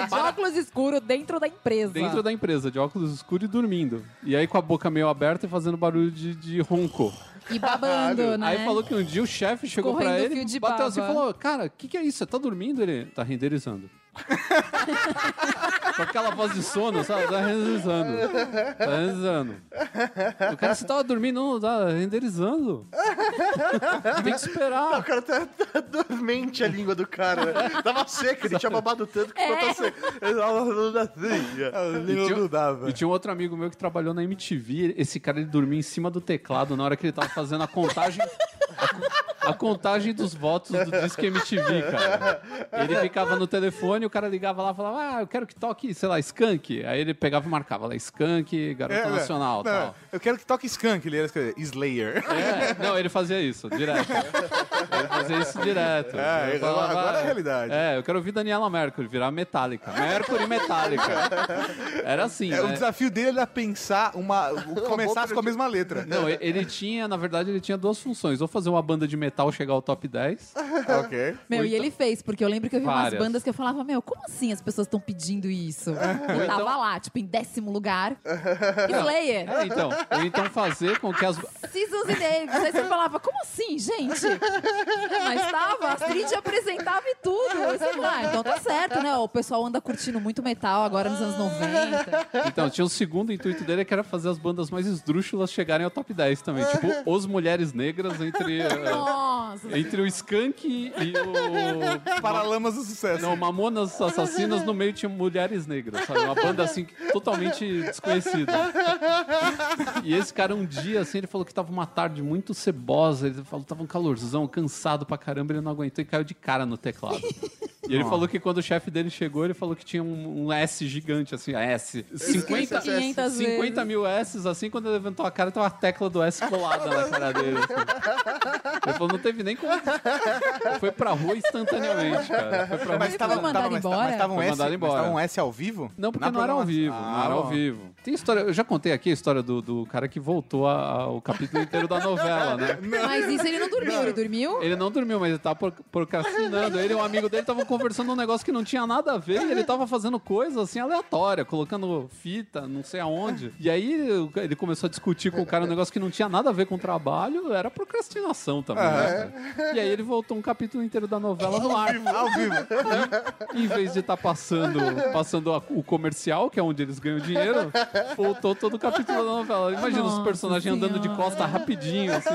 de óculos escuro dentro da empresa. Dentro da empresa, de óculos escuro e dormindo. E aí com a boca meio aberta e fazendo barulho de, de ronco. E babando, né? Aí falou que um dia o chefe chegou Correndo pra fio ele, de bateu baba. assim e falou: Cara, o que, que é isso? Você tá dormindo? Ele tá renderizando. com aquela voz de sono, sabe? Tá renderizando. Tá renderizando. O cara, você tava dormindo, não, tá renderizando. Tem que esperar. o cara tá, tá dormente a língua do cara. né? Tava seca, ele tinha babado tanto que ficou É. tão seca. Ele tava falando assim. E tinha, e tinha um outro amigo meu que trabalhou na MTV. Esse cara ele dormia em cima do teclado na hora que ele tava fazendo a contagem. a co- a contagem dos votos do Disque MTV, cara. Ele ficava no telefone, o cara ligava lá e falava, ah, eu quero que toque, sei lá, Skunk. Aí ele pegava e marcava lá, Skunk, Garota É, né? Nacional, Não, tal. Eu quero que toque Skunk, ele ia escrever Slayer. É, não, ele fazia isso, direto. Ele fazia isso direto. É, Ele agora- agora é a realidade. É, eu quero ouvir Daniela Mercury virar Metallica. Mercury Metallica. Era assim, É, O né? desafio dele era pensar uma. começar com a mesma letra. Não, e- ele tinha, na verdade, ele tinha duas funções. Ou fazer uma banda de metal chegar ao top então 10. ok. Ah, Meu, e ele fez, porque eu lembro que eu vi Várias. umas bandas que eu falava, meu, como assim as pessoas estão pedindo Uhum. isso? Ou E tava lá, tipo, em décimo lugar. Slayer. É, então, ou então fazer com que as. Seasons e Davis. Aí você falava, como assim, gente? É, Mas tava, a Astrid apresentava e tudo. Aí você falava, ah, então tá certo, né? O pessoal anda curtindo muito metal agora nos anos 90. Então, tinha o segundo intuito dele que era fazer as bandas mais esdrúxulas chegarem ao top 10 também. Tipo, os mulheres negras entre. eh, Nossa. Entre o Skunk e o. Paralamas do sucesso. Não, Mamonas Assassinas, no meio tinha mulheres negras, sabe? Uma banda assim totalmente desconhecida. E esse cara, um dia, assim, ele falou que tava uma tarde muito cebosa. Ele falou que tava um calorzão, cansado pra caramba. Ele não aguentou e caiu de cara no teclado. E ele Nossa. falou que quando o chefe dele chegou, ele falou que tinha um, um S gigante, assim, a S. 50, esqueci esse S. 50 mil S's, assim, quando ele levantou a cara, tava a tecla do S colada na cara dele. assim. Ele falou, não teve nem como. Foi pra rua instantaneamente, cara. Foi pra Mas rua tava, instantaneamente. tava, mas, tava- mas tava um Foi S, mandado mas embora. tava um S ao vivo? Não, porque Na não era ao programação. vivo. não Ah, era ao bom. vivo. Tem história. Eu já contei aqui a história do, do cara que voltou a- a- o capítulo inteiro da novela, né? Mas isso ele não dormiu, ele dormiu? Ele não dormiu, mas ele tava por- procrastinando. Ele e um amigo dele estavam conversando um negócio que não tinha nada a ver e ele tava fazendo coisa assim aleatória, colocando fita, não sei aonde. E aí o ca- ele começou a discutir com o cara um negócio que não tinha nada a ver com o trabalho, era procrastinação também. né, cara? E aí ele voltou um capítulo inteiro da novela no Ah, ar. é? Ao vivo. Em vez de estar passando, passando a- o comercial, que é onde eles ganham dinheiro, voltou todo o capítulo da novela. Imagina os Nossa personagens andando de costa rapidinho, assim.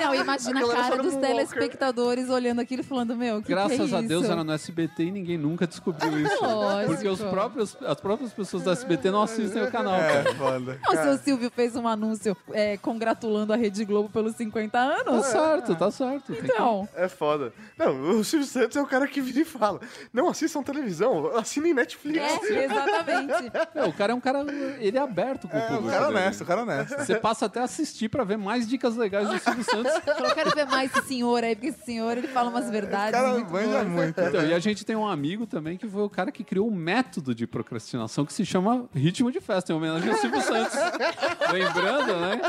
Não, imagina a Aquela cara era dos um telespectadores olhando aquilo e falando, meu, que que é Graças a Deus isso? era no SBT e ninguém nunca descobriu isso. Lógico. Porque os próprios, as próprias pessoas do SBT não assistem o canal. É, cara. foda. Não, o seu Silvio fez um anúncio é, congratulando a Rede Globo pelos 50 anos. Tá certo, tá certo. Tem que- Então. É foda. Não, o Silvio Santos é o cara que vira e fala: Não assistam televisão, assinem Netflix. É, exatamente. É, o cara é um cara. Ele é aberto com o público. o cara é dele. honesto, o cara é honesto. Você passa até a assistir pra ver mais dicas legais do Silvio Santos. Falou, quero ver mais esse senhor aí, porque esse senhor ele fala umas verdades. muito boas. É Então, e a gente tem um amigo também que foi o cara que criou um método de procrastinação que se chama ritmo de festa, em homenagem ao Silvio Santos. Lembrando, né?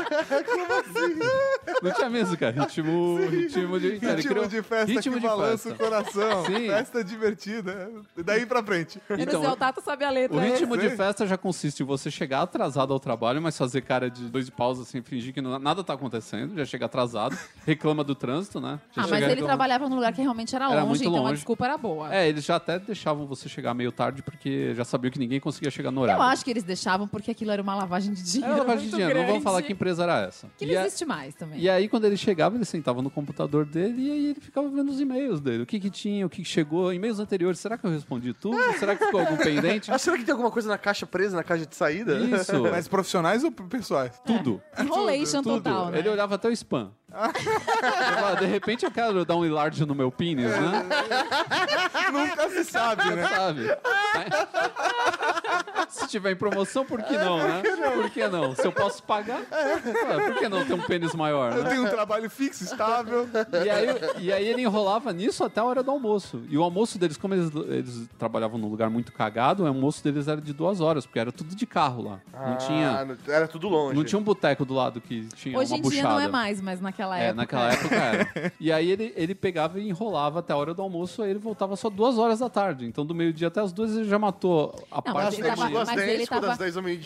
Não tinha mesmo, cara. Ritmo, ritmo de. cara, ele assim? Ritmo criou- de festa que balança o coração. Sim. Festa divertida. Daí pra frente. Eu não sei, o Tato sabe a letra. Então, O É, ritmo né? de festa já consiste em você chegar atrasado ao trabalho, mas fazer cara de dois de pausa, assim, fingir que não- nada tá acontecendo, já chega atrasado, reclama do trânsito, né? Já Ah, chega mas ele reclamando. trabalhava num lugar que realmente era, Era longe, muito então a longe. desculpa era boa. É, eles já até deixavam você chegar meio tarde, porque já sabiam que ninguém conseguia chegar no Eu horário. acho que eles deixavam porque aquilo era uma lavagem de dinheiro. É uma lavagem de muito dinheiro, não vamos grande, falar que empresa era essa. Que E não a- existe mais também. E aí, quando ele chegava, ele sentava no computador dele e aí ele ficava vendo os e-mails dele. O que que tinha, o que que chegou, e-mails anteriores. Será que eu respondi tudo? Será que ficou algum pendente? Ah, será que tem alguma coisa na caixa presa, na caixa de saída? Isso. Mas profissionais ou pessoais? Tudo. Enrolation Tudo. total, né? Ele é olhava até o spam. Ele falava, de repente eu quero dar um enlarge no meu pênis, né? Nunca se É. sabe, né? Sabe? Se tiver em promoção, por que não, né? Por que não? Se eu posso pagar, ah, por que não ter um pênis maior, Eu né? tenho um trabalho fixo, estável. E aí, e aí ele enrolava nisso até a hora do almoço. E o almoço deles, como eles, eles trabalhavam num lugar muito cagado, o almoço deles era de duas horas, porque era tudo de carro lá. Ah, não tinha. não- Era tudo longe. Não tinha um boteco do lado que tinha Hoje uma em dia buchada. não é mais, mas naquela É, época. naquela época era. E aí ele, ele pegava e enrolava até a hora do almoço, aí ele voltava só duas horas da tarde. Então, do meio-dia até as duas, ele já matou a Não, mas parte ele da tava, manhã. mas ele tava...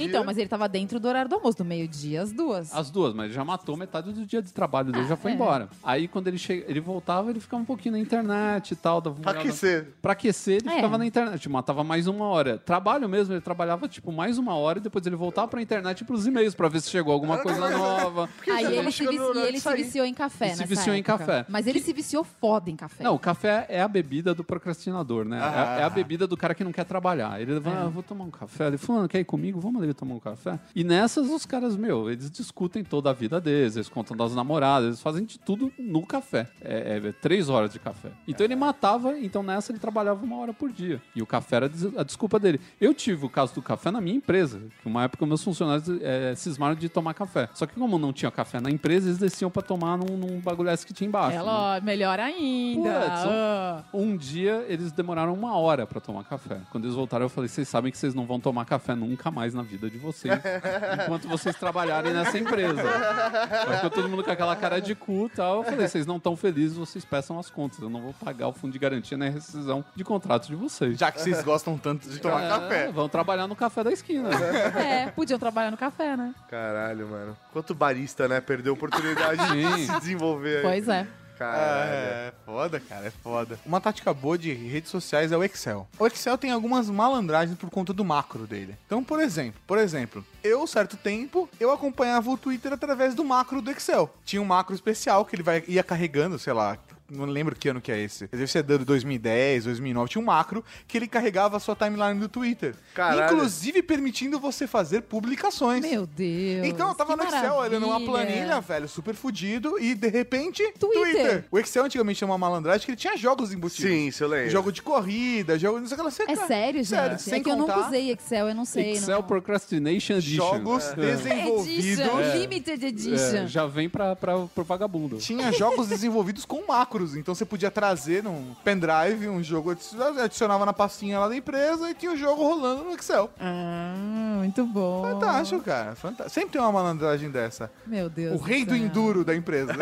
Então, mas ele tava dentro do horário do almoço, do meio-dia às duas. As duas, mas ele já matou metade do dia de trabalho dele, já foi é. embora. Aí quando ele chega, ele voltava, ele ficava um pouquinho na internet e tal. Dava pra aquecer. Pra aquecer, ele É. ficava na internet, tipo, matava mais uma hora. Trabalho mesmo, ele trabalhava tipo mais uma hora e depois ele voltava pra internet e pros e-mails pra ver se chegou alguma coisa nova. Aí Entendeu? ele, se, vici- e ele se viciou em café, E se nessa viciou em época. café. Mas ele se viciou foda em café. Não, o café é a bebida do procrastinador, né? É- Ah. é, a bebida do cara que não quer trabalhar. Ele vai, ah, vou tomar um café. café ali. Fulano, quer ir comigo? Vamos ali tomar um café? E nessas, os caras, meu, eles discutem toda a vida deles, eles contam das namoradas, eles fazem de tudo no café. É, é três horas de café. Então ele matava, então nessa ele trabalhava uma hora por dia. E o café era des- a desculpa dele. Eu tive o caso do café na minha empresa. que Uma época meus funcionários é, cismaram de tomar café. Só que como não tinha café na empresa, eles desciam pra tomar num, num bagulhesse que tinha embaixo. né? Ela, ó, melhor ainda. Putz, Ah. um, um dia eles demoraram uma hora pra tomar café. Quando eles voltaram, eu falei: vocês sabem que vocês não vão tomar café nunca mais na vida de vocês, enquanto vocês trabalharem nessa empresa. Mas ficou todo mundo com aquela cara de cu e tal. Eu falei: vocês não estão felizes, vocês peçam as contas. Eu não vou pagar o fundo de garantia nem a rescisão de contrato de vocês. É, Já que vocês gostam tanto de tomar café. Vão trabalhar no café da esquina. É, podiam trabalhar no café, né? Caralho, mano. Quanto barista, né? Perdeu a oportunidade de se desenvolver. aí. Pois é. Caralho. É foda, cara, é foda. Uma tática boa de redes sociais é o Excel. O Excel tem algumas malandragens por conta do macro dele. Então, por exemplo, por exemplo, eu certo tempo eu acompanhava o Twitter através do macro do Excel. Tinha um macro especial que ele vai ia carregando, sei lá, não lembro que ano que é esse. Deve ser dando 2010, 2009. Tinha um macro que ele carregava a sua timeline do Twitter. Caralho. Inclusive permitindo você fazer publicações. Meu Deus. Então eu tava que no Excel olhando uma maravilha. planilha, velho, super fudido, e de repente, Twitter. Twitter. O Excel antigamente tinha uma malandragem que ele tinha jogos embutidos. Sim, isso eu lembro. Jogo de corrida, jogo. Não sei o que lá. você- É sério, gente? Sério, sem é que eu contar. nunca usei Excel, eu não sei. Excel não. Procrastination Edition. Jogos É. desenvolvidos. Edition, Limited Edition. É, já vem pra, pra, pro vagabundo. Tinha jogos desenvolvidos com macros, então você podia trazer num pendrive um jogo, adicionava na pastinha lá da empresa e tinha o jogo rolando no Excel. Ah, muito bom. Fantástico, cara. Fantástico. Sempre tem uma malandragem dessa. Meu Deus. O rei do céu. enduro da empresa.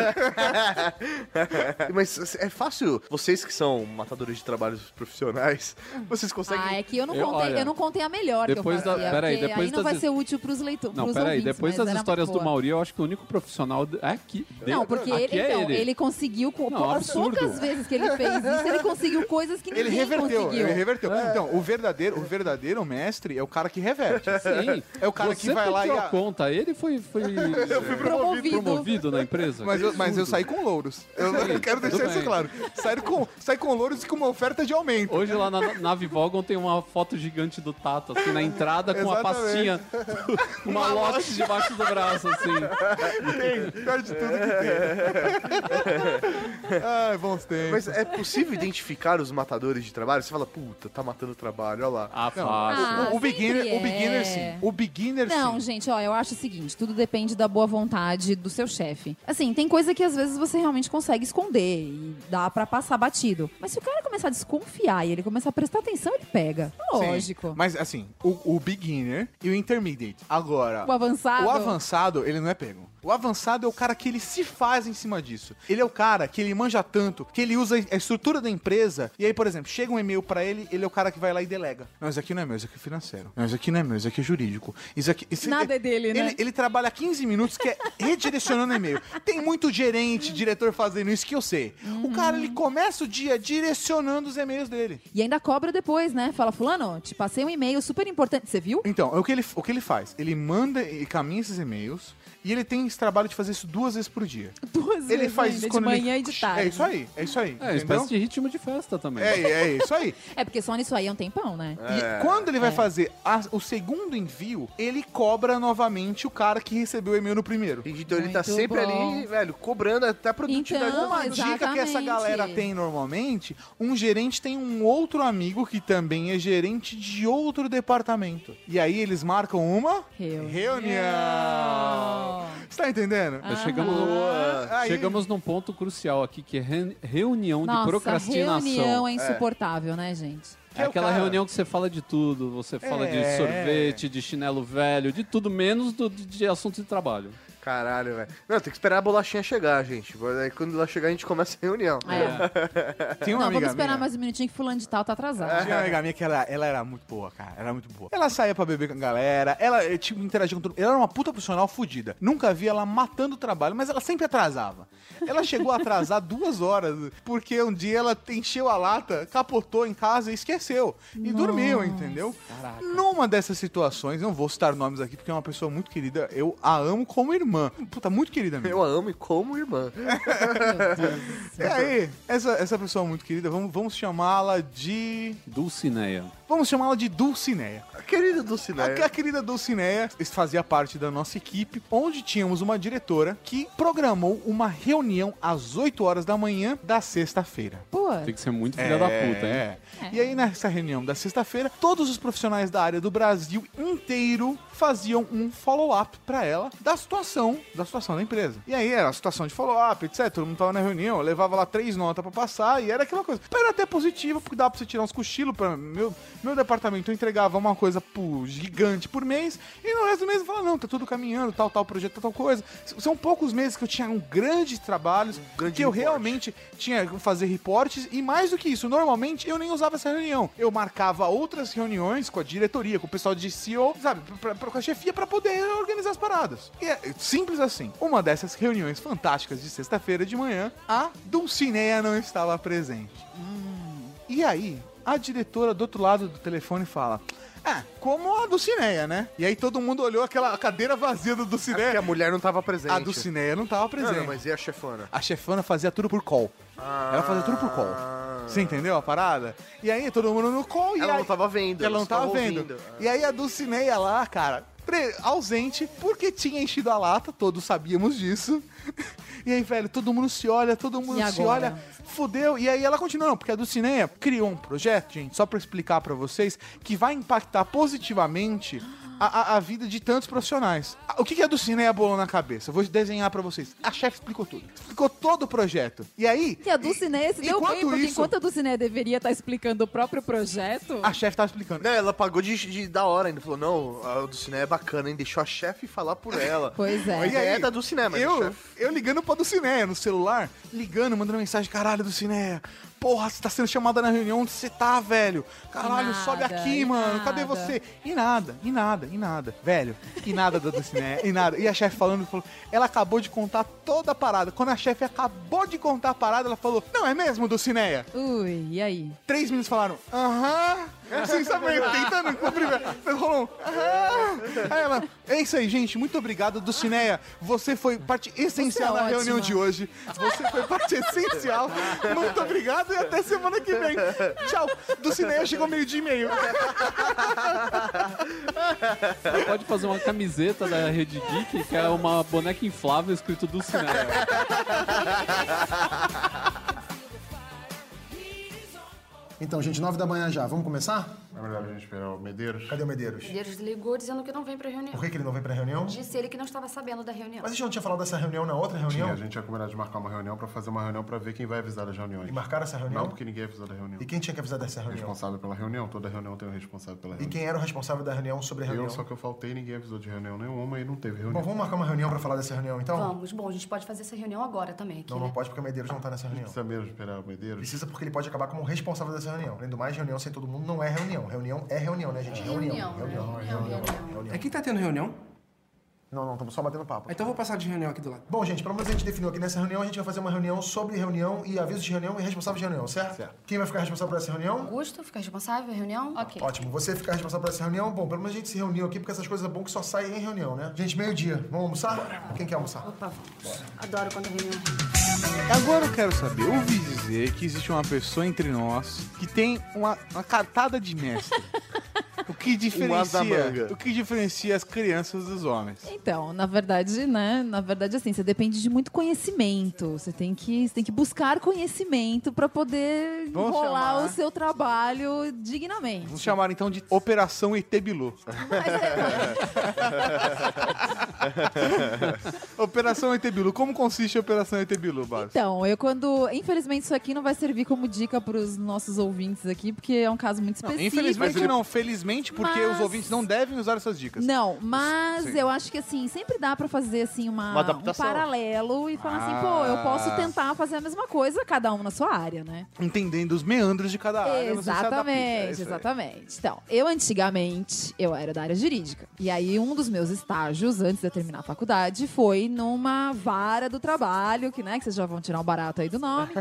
Mas assim, é fácil. Vocês que são matadores de trabalhos profissionais, vocês conseguem. Ah, é que eu não Eu- contei, olha, eu não contei a melhor depois que eu da- fazia, peraí, porque depois aí não das- vai ser útil pros leitores, Não, pros peraí, ouvintes, depois mas das era histórias do boa. Mauri, eu acho que o único profissional é aqui. Não, porque ele, Aqui é então, ele. conseguiu, com- Não, as absurdo. poucas vezes que ele fez isso, ele conseguiu coisas que Ele ninguém reverteu, conseguiu. É. ele reverteu. Então, o verdadeiro, o verdadeiro mestre é o cara que reverte. Sim. É o cara Você que vai lá e pediu a conta, ele foi foi promovido. promovido na empresa. Mas eu, mas eu Absurdo. saí com louros. Eu Sim, quero tudo deixar isso bem. claro. Saí com, saí com louros e com uma oferta de aumento. Hoje lá na nave Vogon tem uma foto gigante do Tato, assim, na entrada com a pastinha, Exatamente. uma lote debaixo do braço, assim. Tem, pior de tudo que tem. Ai, bons tempos. Mas é possível identificar os matadores de trabalho? Você fala, puta, tá matando o trabalho, olha lá. Ah, Não, o, o beginner, o beginner sim. O beginner é. Não, sim. gente, ó, eu acho o seguinte, tudo depende da boa vontade do seu chefe. Assim, tem coisa que às vezes você realmente consegue esconder e dá pra passar batido. Mas se o cara começar a desconfiar e ele começar a prestar atenção, ele pega. Sim. Lógico. Mas assim, o, o beginner e o intermediate. Agora, O avançado? O avançado, ele não é pego. O avançado é o cara que ele se faz em cima disso. Ele é o cara que ele manja tanto, que ele usa a estrutura da empresa. E aí, por exemplo, chega um e-mail pra ele, ele é o cara que vai lá e delega. Não, isso aqui não é meu, isso aqui é financeiro. Não, isso aqui não é meu, isso aqui é jurídico. Isso aqui. isso- Nada é dele, né? Ele, ele trabalha 15 minutos que é redirecionando e-mail. Tem muito gerente, diretor fazendo isso que eu sei. Uhum. O cara, ele começa o dia direcionando os e-mails dele. E ainda cobra depois, né? Fala, fulano, te passei um e-mail super importante. Você viu? Então, é o que, ele, o que ele faz? Ele manda e caminha esses e-mails e ele tem esse trabalho de fazer isso duas vezes por dia. Duas ele vezes faz ainda, isso de quando ele- manhã e de tarde. É isso aí, é isso aí. É, uma entendeu? espécie de ritmo de festa também. É, é isso aí. É porque só nisso aí é um tempão, né? E quando ele vai fazer a- o segundo envio, ele cobra novamente o cara que recebeu o e-mail no primeiro. Então ele tá sempre ali, velho, cobrando até a produtividade. Então, Uma dica que essa exatamente. galera tem normalmente, um gerente tem um outro amigo que também é gerente de outro departamento. E aí eles marcam uma reunião. Você tá entendendo? Ah. Nós É, Chegamos, num, Aí- chegamos num ponto crucial aqui, que é re- reunião de Nossa, procrastinação. reunião é insuportável, né, gente? É aquela reunião que você fala de tudo, você fala É. de sorvete, de chinelo velho, de tudo menos do, de, de assunto de trabalho. Então- Caralho, velho. Não, tem que esperar a bolachinha chegar, gente. Aí quando ela chegar, a gente começa a reunião. Tem uma Não, amiga vamos esperar minha- É. mais um minutinho que fulano de tal tá atrasado. Tinha uma amiga minha que ela, ela era muito boa, cara. Era muito boa. Ela saía pra beber com a galera, ela eh, tipo, interagia com todo Ela era uma puta profissional fodida. Nunca vi ela matando o trabalho, mas ela sempre atrasava. Ela chegou a atrasar duas horas, porque um dia ela encheu a lata, capotou em casa e esqueceu. E dormiu, entendeu? Numa dessas situações, não vou citar nomes aqui, porque é uma pessoa muito querida, eu a amo como irmã. irmã. Puta, muito querida minha. Eu a amo e como irmã. e aí, essa, essa pessoa muito querida, vamos, vamos chamá-la de. Dulcineia. Vamos chamá-la de Dulcineia. A querida Dulcineia. A, querida Dulcineia fazia parte da nossa equipe, onde tínhamos uma diretora que programou uma reunião às 8 horas da manhã da sexta-feira. Pô. Tem que ser muito filha da puta, hein? É. E aí, nessa reunião da sexta-feira, todos os profissionais da área do Brasil inteiro faziam um follow-up pra ela da situação, da situação da empresa. E aí era a situação de follow-up, etc. Todo mundo tava na reunião, eu levava lá três notas pra passar e era aquela coisa. Era até positiva, porque dava pra você tirar uns cochilos pra meu, meu departamento. Eu entregava uma coisa pro gigante por mês e no resto do mês eu falava, não, tá tudo caminhando, tal, tal projeto, tal, tal coisa. S- São poucos meses que eu tinha um grandes trabalhos, que eu realmente tinha que fazer reportes e mais do que isso, normalmente eu nem usava essa reunião. Eu marcava outras reuniões com a diretoria, com o pessoal de CEO, sabe, pra, pra- com a chefia pra poder organizar as paradas. E é simples assim. Uma dessas reuniões fantásticas de sexta-feira de manhã, a Dulcineia não estava presente. E aí, a diretora do outro lado do telefone fala. Ah, como a Dulcineia, né? E aí todo mundo olhou aquela cadeira vazia do né? Dulcineia. porque a É mulher não tava presente. A Dulcineia não tava presente. Não, não, mas e a chefana? A chefana fazia tudo por call. Ela fazia tudo por call. Você entendeu a parada? E aí todo mundo no call e Ela aí- não tava vendo, Ela não só tava tava vendo. ouvindo. E aí a Dulcineia lá, cara, pre- ausente, porque tinha enchido a lata, todos sabíamos disso. E aí, velho, todo mundo se olha, todo mundo E se agora? olha, fudeu. E aí ela continua, não, porque a Dulcineia criou um projeto, gente, só pra explicar pra vocês, que vai impactar positivamente a, a- a vida de tantos profissionais. Ah, O que, que a Dulcineia bolou na cabeça? Eu vou desenhar pra vocês. A chefe explicou tudo. Explicou todo o projeto. E aí... E a Dulcineia se deu Enquanto bem, porque isso- Ah. enquanto a Dulcineia deveria estar explicando o próprio projeto... A chefe tava explicando. Não, ela pagou de, de da hora ainda. Falou, não, a do cinema é bacana, hein? Deixou a chefe falar por ela. A E ideia aí, é da do cinema, eu, eu ligando pra Dulcineia no celular, ligando, mandando mensagem, caralho, Dulcineia, porra, você tá sendo chamada na reunião onde você tá, velho? Caralho, E nada, sobe aqui, e mano, cadê nada. você? E nada, e nada, e nada, velho, e nada da Dulcineia, e nada. E a chefe falando, falou, ela acabou de contar toda a parada. Quando a chefe acabou de contar a parada, ela falou, não é mesmo, Dulcineia? Ui, e aí? Três meninos falaram, aham, sem saber, tentando cumprir. Rolou um, aham. Aí ela, é isso aí, gente, muito obrigado, Dulcineia. Você foi parte essencial Você é na reunião ótima. de hoje. Você foi parte essencial. Muito obrigado e até semana que vem. Tchau. Dulcineia chegou meio dia e meio. Ela pode fazer uma camiseta da Rede Geek, que é uma boneca inflável escrito Dulcineia. Então, gente, nove da manhã já. Vamos começar? É melhor a gente esperar o Medeiros. Cadê o Medeiros? Medeiros desligou dizendo que não vem pra reunião. Por que, que ele não veio pra reunião? Disse ele que não estava sabendo da reunião. Mas a gente não tinha falado dessa reunião na outra reunião? Tinha, a gente tinha combinado de marcar uma reunião pra fazer uma reunião pra ver quem vai avisar das reuniões. E marcaram essa reunião? Não, porque ninguém avisou da reunião. E quem tinha que avisar dessa reunião? Responsável pela reunião, toda reunião tem um responsável pela E reunião. quem era o responsável da reunião sobre a reunião? Eu, só que eu faltei, ninguém avisou de reunião nenhuma e não teve reunião. Bom, vamos marcar uma reunião pra falar dessa reunião, então? Vamos, bom, a gente pode fazer essa reunião agora também aqui, Não, né? não pode porque o Medeiros não tá nessa reunião. Precisa mesmo esperar o Medeiros? Precisa porque ele pode acabar como responsável dessa reunião. Além do mais, reunião sem todo mundo não é reunião. Reunião é reunião, né, gente? Reunião. Reunião, reunião, reunião. É quem tá tendo reunião? Não, não, estamos só batendo papo. Então eu vou passar de reunião aqui do lado. Bom, gente, pelo menos a gente definiu aqui nessa reunião, a gente vai fazer uma reunião sobre reunião e aviso de reunião e responsável de reunião, certo? Quem vai ficar responsável por essa reunião? Augusto, fica responsável pela reunião? Ok. Ótimo. Você ficar responsável por essa reunião? Bom, pelo menos a gente se reuniu aqui, porque essas coisas é bom que só saem em reunião, né? Gente, meio-dia. Vamos almoçar? Quem quer almoçar? Opa, vamos. Adoro quando a reunião é Agora eu quero saber, eu ouvi dizer que existe uma pessoa entre nós que tem uma, uma cartada de mestre. O que as da diferencia, manga. o que diferencia as crianças dos homens. Então, na verdade, né? Na verdade, assim, você depende de muito conhecimento. Você tem que, você tem que buscar conhecimento para poder Vamos rolar chamar. o seu trabalho dignamente. é, Vamos chamar então de Operação ET Bilu. Operação ET Bilu. Como consiste a Operação ET Bilu, Bárbara? Então, eu quando. Infelizmente, isso aqui não vai servir como dica para os nossos ouvintes aqui, porque é um caso muito específico. Infelizmente não, felizmente, porque Mas- os ouvintes não devem usar essas dicas. Não, mas Sim. eu acho que assim, sempre dá pra fazer assim uma, Uma um adaptação. paralelo e falar assim, Ah. pô, eu posso tentar fazer a mesma coisa, cada um na sua área, né? Entendendo os meandros de cada área. você se adapta. É Exatamente, isso aí. exatamente. Então, eu antigamente, eu era da área jurídica. E aí, um dos meus estágios, antes de eu terminar a faculdade, foi numa vara do trabalho, que, né, que vocês já vão tirar um barato aí do nome.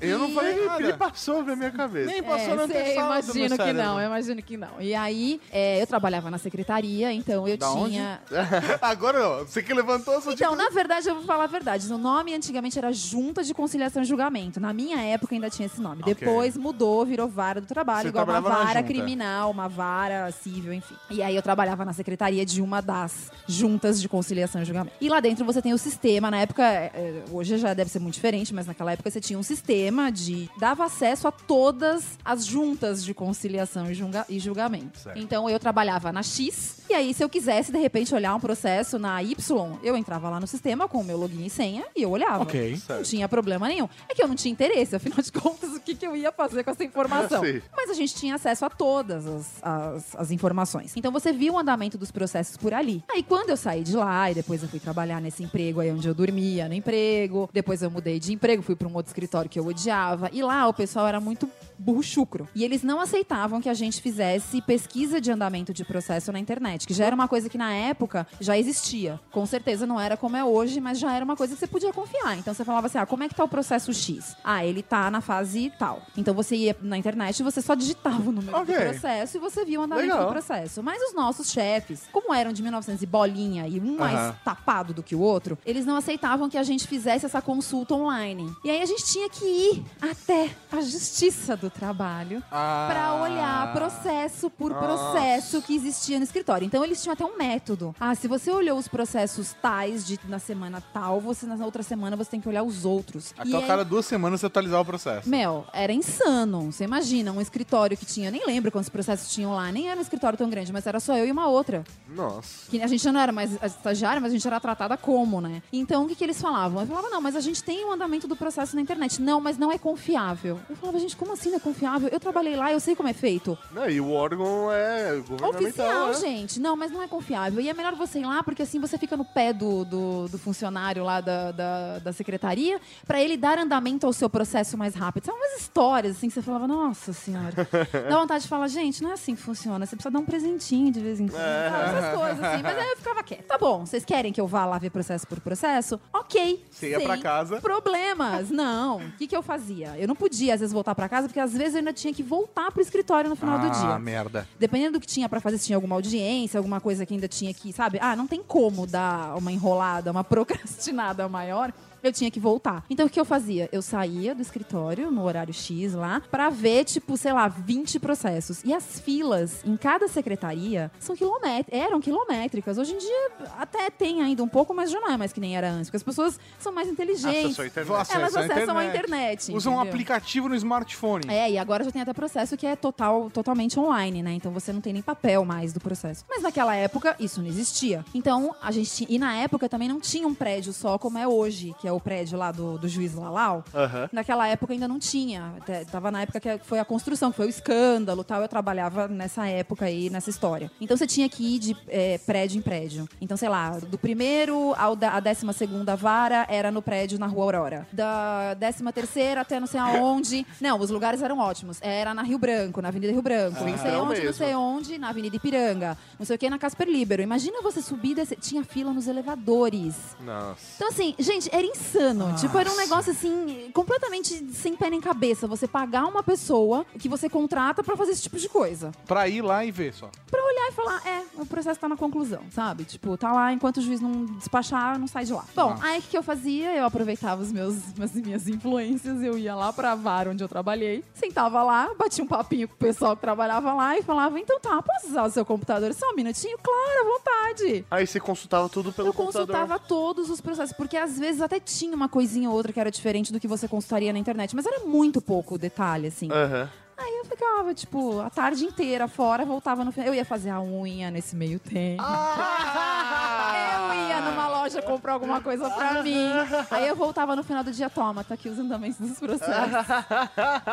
Eu não falei nada. Ele passou pra minha cabeça. É, sei, imagino que não, eu imagino que não. E E aí, é, eu trabalhava na secretaria, então eu Da tinha. onde? Agora, ó, você que levantou, você Então, na verdade, eu vou falar a verdade. O nome antigamente era Junta de Conciliação e Julgamento. Na minha época ainda tinha esse nome. Ok. Depois mudou, virou vara do trabalho, Você igual uma trabalhava na vara junta. criminal, uma vara civil, enfim. E aí eu trabalhava na secretaria de uma das juntas de conciliação e julgamento. E lá dentro você tem o sistema, na época, é, hoje já deve ser muito diferente, mas naquela época você tinha um sistema de dava acesso a todas as juntas de conciliação e, julga- e julgamento. Certo. Então eu trabalhava na X, e aí se eu quisesse de repente olhar um processo na Y, eu entrava lá no sistema com o meu login e senha e eu olhava. Ok. Não Certo. tinha problema nenhum. É que eu não tinha interesse, afinal de contas, o que, que eu ia fazer com essa informação? Sim. Mas a gente tinha acesso a todas as, as, as informações. Então você via o andamento dos processos por ali. Aí quando eu saí de lá, e depois eu fui trabalhar nesse emprego aí onde eu dormia no emprego, depois eu mudei de emprego, fui para um outro escritório que eu odiava, e lá o pessoal era muito burro chucro. E eles não aceitavam que a gente fizesse pesquisa de andamento de processo na internet, que já era uma coisa que na época já existia. Com certeza não era como é hoje, mas já era uma coisa que você podia confiar. Então você falava assim: "Ah, como é que tá o processo X?" "Ah, ele tá na fase tal". Então você ia na internet e você só digitava o número Ok. do processo e você via o andamento Legal. do processo. Mas os nossos chefes, como eram de 1900 e bolinha e um mais Aham. tapado do que o outro, eles não aceitavam que a gente fizesse essa consulta online. E aí a gente tinha que ir até a Justiça do Trabalho Ah. pra olhar processo por Nossa. processo que existia no escritório. Então eles tinham até um método. Ah, se você olhou os processos tais de na semana tal, você na outra semana você tem que olhar os outros. A E aí- cada duas semanas você atualizava o processo. Mel, era insano. Você imagina, um escritório que tinha, eu nem lembro quantos processos tinham lá, nem era um escritório tão grande, mas era só eu e uma outra. Nossa. Que a gente já não era mais estagiária, mas a gente era tratada como, né? Então, o que, que eles falavam? Eu falava, não, mas a gente tem o andamento do processo na internet. Não, mas não é confiável. Eu falava, gente, como assim não é confiável? Eu trabalhei lá, eu sei como é feito. Não, e o órgão é governamental. Oficial, né? gente. Não, mas não é confiável. E é melhor você ir lá, porque assim você fica no pé do, do, do funcionário lá da, da, da secretaria, pra ele dar andamento ao seu processo mais rápido. São umas histórias, assim, que você falava, nossa senhora. Dá vontade de falar, gente, não é assim que funciona. Você precisa dar um presentinho de vez em quando. É. sabe? Essas coisas, assim. Mas aí eu ficava quieta. Tá bom, vocês querem que eu vá lá ver processo por processo? Ok. Você ia pra sem casa. Problemas. Não. O que, que eu fazia? Eu não podia, às vezes, voltar pra casa, porque às vezes eu ainda tinha que voltar pro escritório no final do dia. Ah, merda. Dependendo do que tinha pra fazer, se tinha alguma audiência, alguma coisa que ainda tinha que, sabe? Ah, não tem como dar uma enrolada, uma procrastinada maior. Eu tinha que voltar. Então o que eu fazia? Eu saía do escritório no horário X lá pra ver, tipo, sei lá, 20 processos. E as filas em cada secretaria são quilomét- eram quilométricas. Hoje em dia até tem ainda um pouco, mas já não é mais que nem era antes, porque as pessoas são mais inteligentes. Acesso à internet. Elas Acesso à acessam a internet. internet. Usa um entendeu? aplicativo no smartphone. É, e agora já tem até processo que é total, totalmente online, né? Então você não tem nem papel mais do processo. Mas naquela época, isso não existia. Então, a gente tinha. E na época também não tinha um prédio só como é hoje, que é o prédio lá do, do juiz Lalau. Aham. Naquela época ainda não tinha. Até- Tava na época que foi a construção, que foi o escândalo e tal. Eu trabalhava nessa época aí, nessa história. Então você tinha que ir de é, prédio em prédio. Então, sei lá, do primeiro ao da, a décima segunda vara era no prédio na Rua Aurora. Da décima terceira até não sei aonde. Não, os lugares eram ótimos. Era na Rio Branco, na Avenida Rio Branco. não sei Centrão onde, não mesmo. sei onde, na Avenida Ipiranga. Não sei o que, na Casper Libero. Imagina você subir, desse... tinha fila nos elevadores. Nossa. Então, assim, gente, era insano. Tipo, era um negócio assim, completamente sem pé nem cabeça. Você pagar uma pessoa que você contrata pra fazer esse tipo de coisa. Pra ir lá e ver só. Pra olhar e falar, é, o processo tá na conclusão, sabe? Tipo, tá lá, enquanto o juiz não despachar, não sai de lá. Bom, Nossa. aí o que que eu fazia? Eu aproveitava os meus, as minhas influências, eu ia lá pra VAR onde eu trabalhei, sentava lá, batia um papinho com o pessoal que trabalhava lá e falava, então tá, posso usar o seu computador só um minutinho? Claro, à vontade. Aí você consultava tudo pelo Eu computador. consultava todos os processos, porque às vezes até tinha uma coisinha ou outra que era diferente do que você consultaria na internet, mas era muito pouco o detalhe, assim. Aham. Aí eu ficava, tipo, a tarde inteira fora, voltava no final. Eu ia fazer a unha nesse meio tempo. Ah! Eu ia numa loja comprar alguma coisa pra mim. Aí eu voltava no final do dia, toma, tá aqui os andamentos dos processos.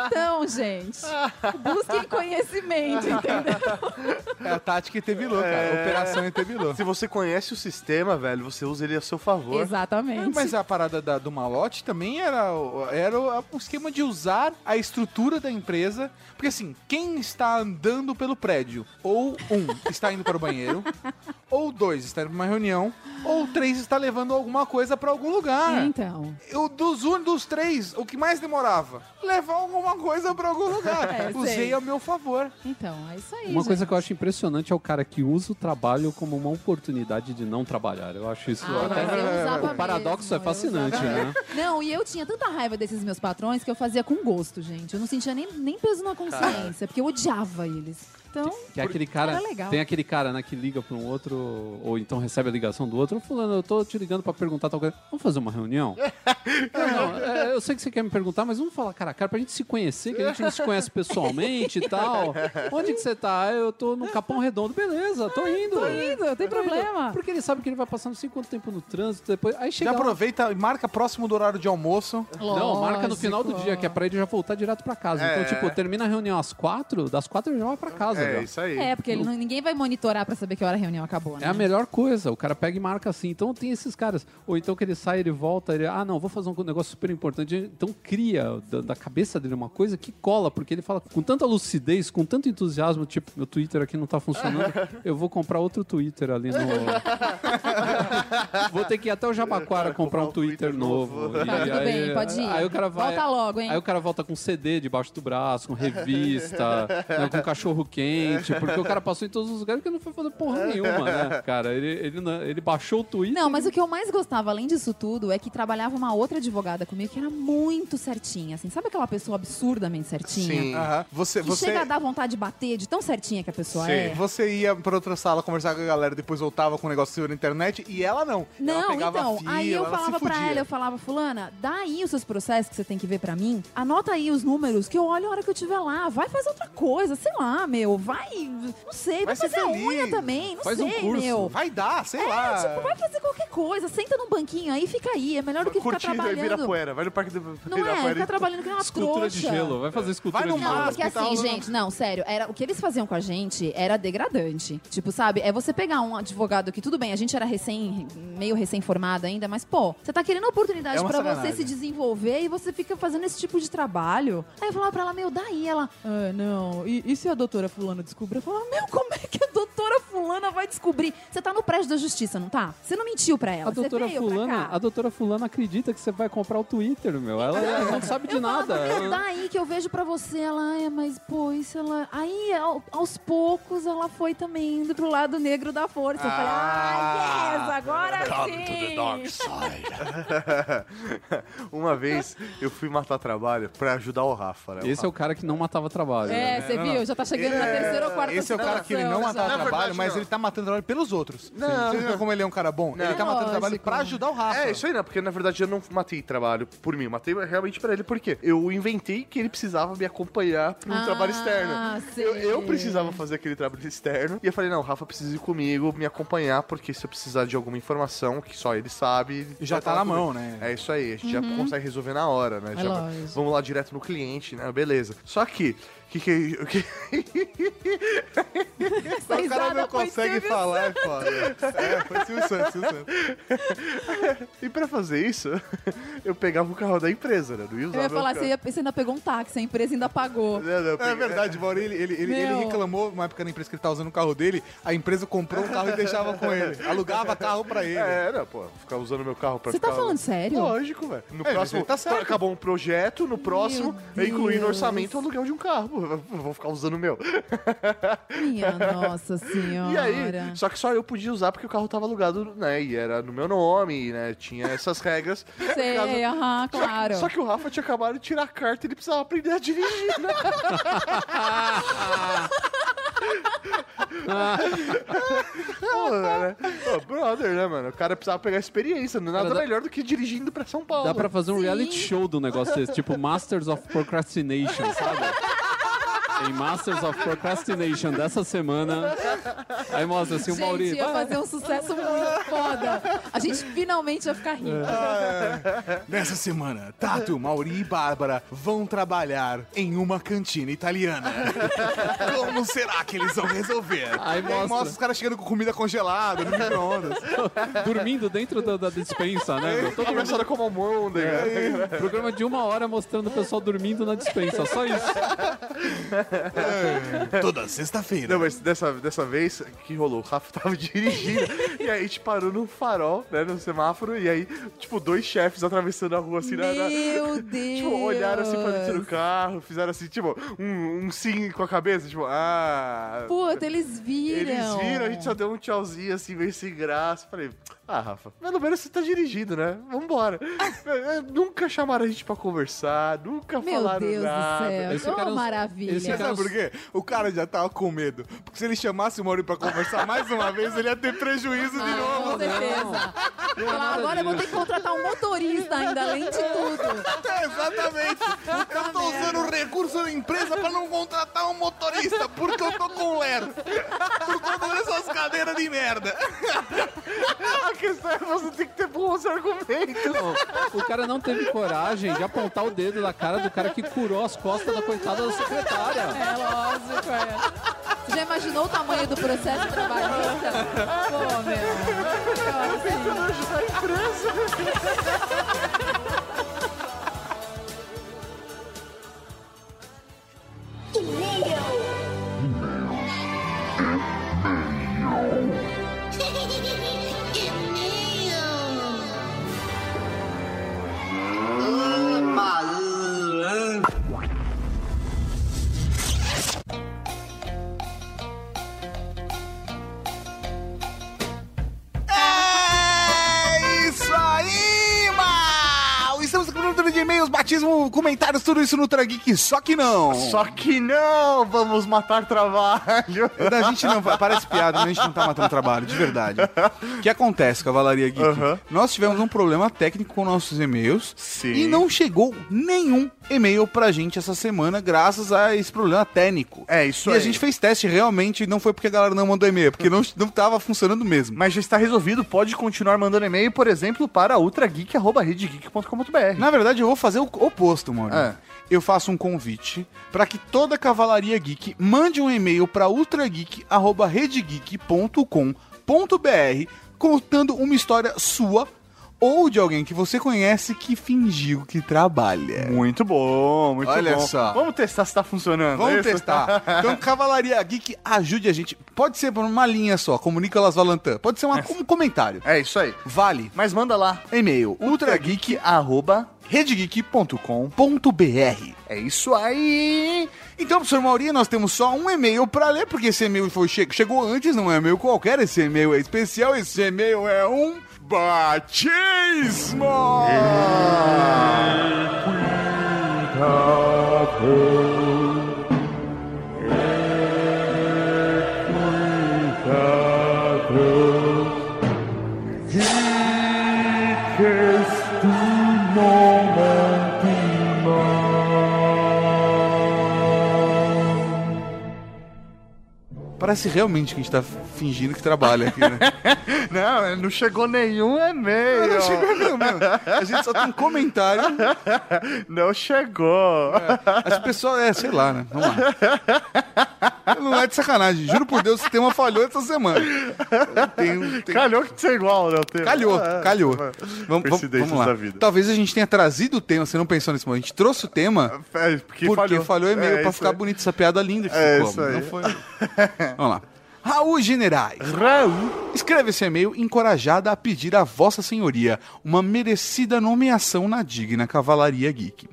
Então, gente, busquem conhecimento, entendeu? É a tática Etebilô, É. cara. Operação Etebilô. Se você conhece o sistema, velho, você usa ele a seu favor. Exatamente. Mas a parada da- do malote também era, o- era o o esquema de usar a estrutura da empresa. Porque assim, quem está andando pelo prédio? Ou um, está indo para o banheiro. Ou dois está indo pra uma reunião, ou três está levando alguma coisa pra algum ah, lugar. Então. Eu, dos, um, dos três, o que mais demorava? Levar alguma coisa pra algum lugar. É, Usei sei. ao meu favor. Então, é isso aí. Uma coisa gente. que eu acho impressionante é o cara que usa o trabalho como uma oportunidade de não trabalhar. Eu acho isso Ah, até. mas eu usava o paradoxo é fascinante, né? Não, e eu tinha tanta raiva desses meus patrões que eu fazia com gosto, gente. Eu não sentia nem, nem peso na consciência, porque eu odiava eles. Então, Que é aquele cara, era legal. tem aquele cara, né, que liga pra um outro, ou então recebe a ligação do outro, "Ô, fulano, eu tô te ligando pra perguntar tal coisa. Vamos fazer uma reunião? "Ah, não, é, eu sei que você quer me perguntar, mas vamos falar cara a cara pra gente se conhecer, que a gente não se conhece pessoalmente e tal. Onde que você tá? "Ah, Eu tô no Capão Redondo. Beleza, tô indo. tô indo, não tem problema. Porque ele sabe que ele vai passar não sei quanto tempo no trânsito, depois, aí chega Já lá- aproveita e marca próximo do horário de almoço. não, marca no final do dia, que é pra ele já voltar direto pra casa. É. Então, tipo, termina a reunião às quatro, das quatro ele já vai pra casa. É, já. isso aí. É, porque ele não- ninguém vai monitorar pra saber que hora a reunião acabou, né? É a melhor coisa. O cara pega e marca assim. Então tem esses caras. Ou então que ele sai, ele volta, ele. Ah, não, vou fazer um negócio super importante. Então cria da, da cabeça dele uma coisa que cola, porque ele fala com tanta lucidez, com tanto entusiasmo, tipo, meu Twitter aqui não tá funcionando. Eu vou comprar outro Twitter ali no. vou ter que ir até o Jabaquara comprar um Twitter novo. E Tá, tudo bem, pode ir. Aí o cara vai. Volta logo, hein? Aí o cara volta com CD debaixo do braço, com revista, né, com cachorro quente, porque o cara passou em todos os lugares que não foi fazer porra nenhuma, né? Cara, ele, ele, não- ele baixou o Twitter. Não, mas o que eu mais gostava, além disso tudo, é que trabalhava uma outra advogada comigo que era muito certinha, assim. Sabe aquela pessoa absurdamente certinha? Sim. Aham. Você, Que você... chega a dar vontade de bater de tão certinha que a pessoa Sim. é. Você ia pra outra sala conversar com a galera, depois voltava com o negócio seu na internet e ela não. ela Não, pegava então, fila, aí eu ela se falava pra fudia. ela, eu falava, fulana, dá aí os seus processos que você tem que ver pra mim, anota aí os números que eu olho a hora que eu estiver lá, vai fazer outra coisa, sei lá, meu, vai, não sei, vai, ser fazer feliz. unha também, não Faz sei, um curso. meu. Vai dar, sei É, lá. tipo, vai fazer qualquer coisa, senta num banquinho aí, fica aí, é melhor do que ficar Curtindo aí trabalhando. Ibirapuera. Vai no parque do Não Ibirapuera. é, ficar e- trabalhando que nem uma Escultura de trouxa. gelo, vai fazer escultura Vai no de mar, gelo. Não, porque hospital, assim, não- gente, não, sério, era, o que eles faziam com a gente era degradante. Tipo, sabe, é você pegar um advogado que, tudo bem, a gente era recém, meio recém-formada ainda, mas, pô, você tá querendo a oportunidade É uma pra sacanagem. você se desenvolver e você fica fazendo esse tipo de trabalho. Aí eu falava pra ela, meu, daí ela, ah, não, e, e se a doutora fulana descobrir? Eu falava, meu, como é que a doutora fulana vai descobrir? Você tá no prédio da justiça, não tá? Você não mentiu pra ela, A doutora, você veio fulana, pra cá. Então, a doutora Fulana acredita que você vai comprar o Twitter, meu. Ela, ela não sabe de Eu falava, nada. "Meu, Ela- dá aí que eu vejo pra você. Ela, é, mas pô, isso ela. Aí, ao- aos poucos, ela foi também indo pro lado negro da força. Eu falei, ah, yes, agora Come sim. to the dark Uma vez eu fui matar trabalho pra ajudar o Rafa, né? Esse é o cara que não matava trabalho. né? É, você viu? Já tá chegando na terceira ou quarta Esse é o cara que ele não situação, matava já. trabalho, verdade, mas não. ele tá matando trabalho pelos outros. Não. Você vê como ele é um cara bom? Ele tá matando trabalho pra ajudar o Rafa. É, isso aí não, porque na verdade eu não matei trabalho por mim, eu matei realmente pra ele, porque eu inventei que ele precisava me acompanhar pra um Ah, trabalho externo. sei. Eu, eu precisava fazer aquele trabalho externo, e eu falei, não, o Rafa precisa ir comigo, me acompanhar, porque se eu precisar de alguma informação que só ele sabe... ele Já vai tá falar na comigo. mão, né? É isso aí, a gente Uhum. já consegue resolver na hora, né? É Já- lógico. vamos lá direto no cliente, né? Beleza. Só que... Que que, o que... O cara não consegue falar, é foda. É, foi Silvio Santos, Silvio Santos. E pra fazer isso, eu pegava o carro da empresa, né? Não ia usar Eu ia meu falar, carro. você, ia, você ainda pegou um táxi, a empresa ainda pagou. É verdade, Mauro. Ele, ele, ele, ele Meu. reclamou uma época na empresa que ele tá usando o carro dele, a empresa comprou o carro e deixava com ele. Alugava carro pra ele. É, não, pô, ficar usando meu carro pra Você tá ficar- falando sério? Lógico, velho. No É, mas próximo, ele tá certo. acabou um projeto, no próximo, eu incluí no Deus. orçamento o aluguel de um carro. Pô, eu Vou ficar usando o meu. Minha nossa senhora. E aí, só que só eu podia usar porque o carro tava alugado, né? E era no meu nome, né? Tinha essas regras. Sei, No caso- aham, Só que- claro. Só que, é o Rafa tinha acabado de tirar a carta e ele precisava aprender a dirigir, né? Pô, né? Pô, brother, né, mano? O cara precisava pegar experiência. é Nada Cara, dá- melhor do que dirigindo pra São Paulo. Dá pra fazer um reality show do negócio desse, tipo Masters of Procrastination, sabe? Em Masters of Procrastination dessa semana. Aí mostra assim o Gente, Maurício. ia fazer um sucesso muito foda. A gente finalmente ia ficar rindo. Nessa semana, Tato, Mauri e Bárbara vão trabalhar em uma cantina italiana. Como será que eles vão resolver? Aí mostra. os caras chegando com comida congelada no micro-ondas. Dormindo dentro da, da dispensa, né? meu? Todo Começando como almôndega. É. Programa de uma hora mostrando o pessoal dormindo na dispensa, só isso. Toda sexta-feira. Não, mas dessa, dessa vez, que rolou? O Rafa tava dirigindo e aí a gente parou num farol, né, no semáforo, e aí, tipo, dois chefes atravessando a rua assim na- na. Meu Deus! Tipo, olharam assim pra dentro do carro, fizeram assim, tipo, um, um sim com a cabeça, tipo, ah. Puta, eles viram. Eles viram, a gente só deu um tchauzinho assim, meio sem graça. Falei, ah, Rafa, pelo menos você tá dirigindo, né? Vambora. Eh, nunca chamaram a gente pra conversar, nunca Meu falaram Deus do nada. céu, Esse que é um- cara- maravilha. esse Você cara- é um sabe por quê? O cara já tava com medo. Porque se ele chamasse o Mauri pra conversar mais uma vez, ele ia ter prejuízo de novo. Ah, Com certeza. Falar, agora eu vou ter que contratar um motorista ainda, além de tudo. Exatamente. Eu tô usando o recurso da empresa pra não contratar um motorista, porque eu tô com ler. Por conta dessas cadeiras de merda. A questão é você tem que ter bons argumentos. O cara não teve coragem de apontar o dedo na cara do cara que curou as costas da coitada da secretária. É lógico, é. Você já imaginou o tamanho do processo trabalhista? Pô, meu. Tentando ajudar a empresa. É isso aí, mal! Estamos aqui no número de e-mails, batismo, comentários, tudo isso no Trageek, só que não. Só que não, vamos matar trabalho. A gente não vai, parece piada, mas a gente não tá matando trabalho, de verdade. O que acontece, Cavalaria Geek? Nós tivemos um problema técnico com nossos e-mails e não chegou nenhum e-mail pra gente essa semana, graças a esse problema técnico. É, isso E a aí. gente fez teste realmente, não foi porque a galera não mandou e-mail, é porque não, não tava funcionando mesmo. Mas já está resolvido, pode continuar mandando e-mail, por exemplo, para ultrageek.com.br. Na verdade, eu vou fazer o oposto, mano. É. Eu faço um convite para que toda a Cavalaria Geek mande um e-mail para ultrageek.redgeek.com.br contando uma história sua ou de alguém que você conhece que fingiu que trabalha. Muito bom, muito Olha bom. só. Vamos testar se tá funcionando. Vamos é isso? testar. Então, Cavalaria Geek, ajude a gente. Pode ser por uma linha só, como Nicolas Valantin. Pode ser uma- um comentário. É isso aí. Vale. Mas manda lá. E-mail ultrageek.redgeek.com.br. É isso aí. Então, professor Mauri, nós temos só um e-mail pra ler, porque esse e-mail foi che- chegou antes, não é e-mail qualquer. Esse e-mail é especial, esse e-mail é um batismo! Parece realmente que a gente tá fingindo que trabalha aqui, né? Não, não chegou nenhum e-mail. Não chegou nenhum, meu. é A gente só tem um comentário. Não chegou. As pessoas, é, sei lá, né? Vamos lá. Não é de sacanagem. Juro por Deus, o tema falhou essa semana. Tem, tem... Calhou que ser igual, né? o tema? Calhou, É, calhou. mano. Vamos, vamos, Coincidências vamos lá. da vida. Talvez a gente tenha trazido o tema, você não pensou nesse momento. A gente trouxe o tema É, porque, falhou, e-mail pra ficar bonito essa piada linda que É ficou. isso aí. Não foi. Vamos lá. Raul Generais. Raul. Escreve esse e-mail encorajada a pedir à Vossa Senhoria uma merecida nomeação na digna Cavalaria Geek.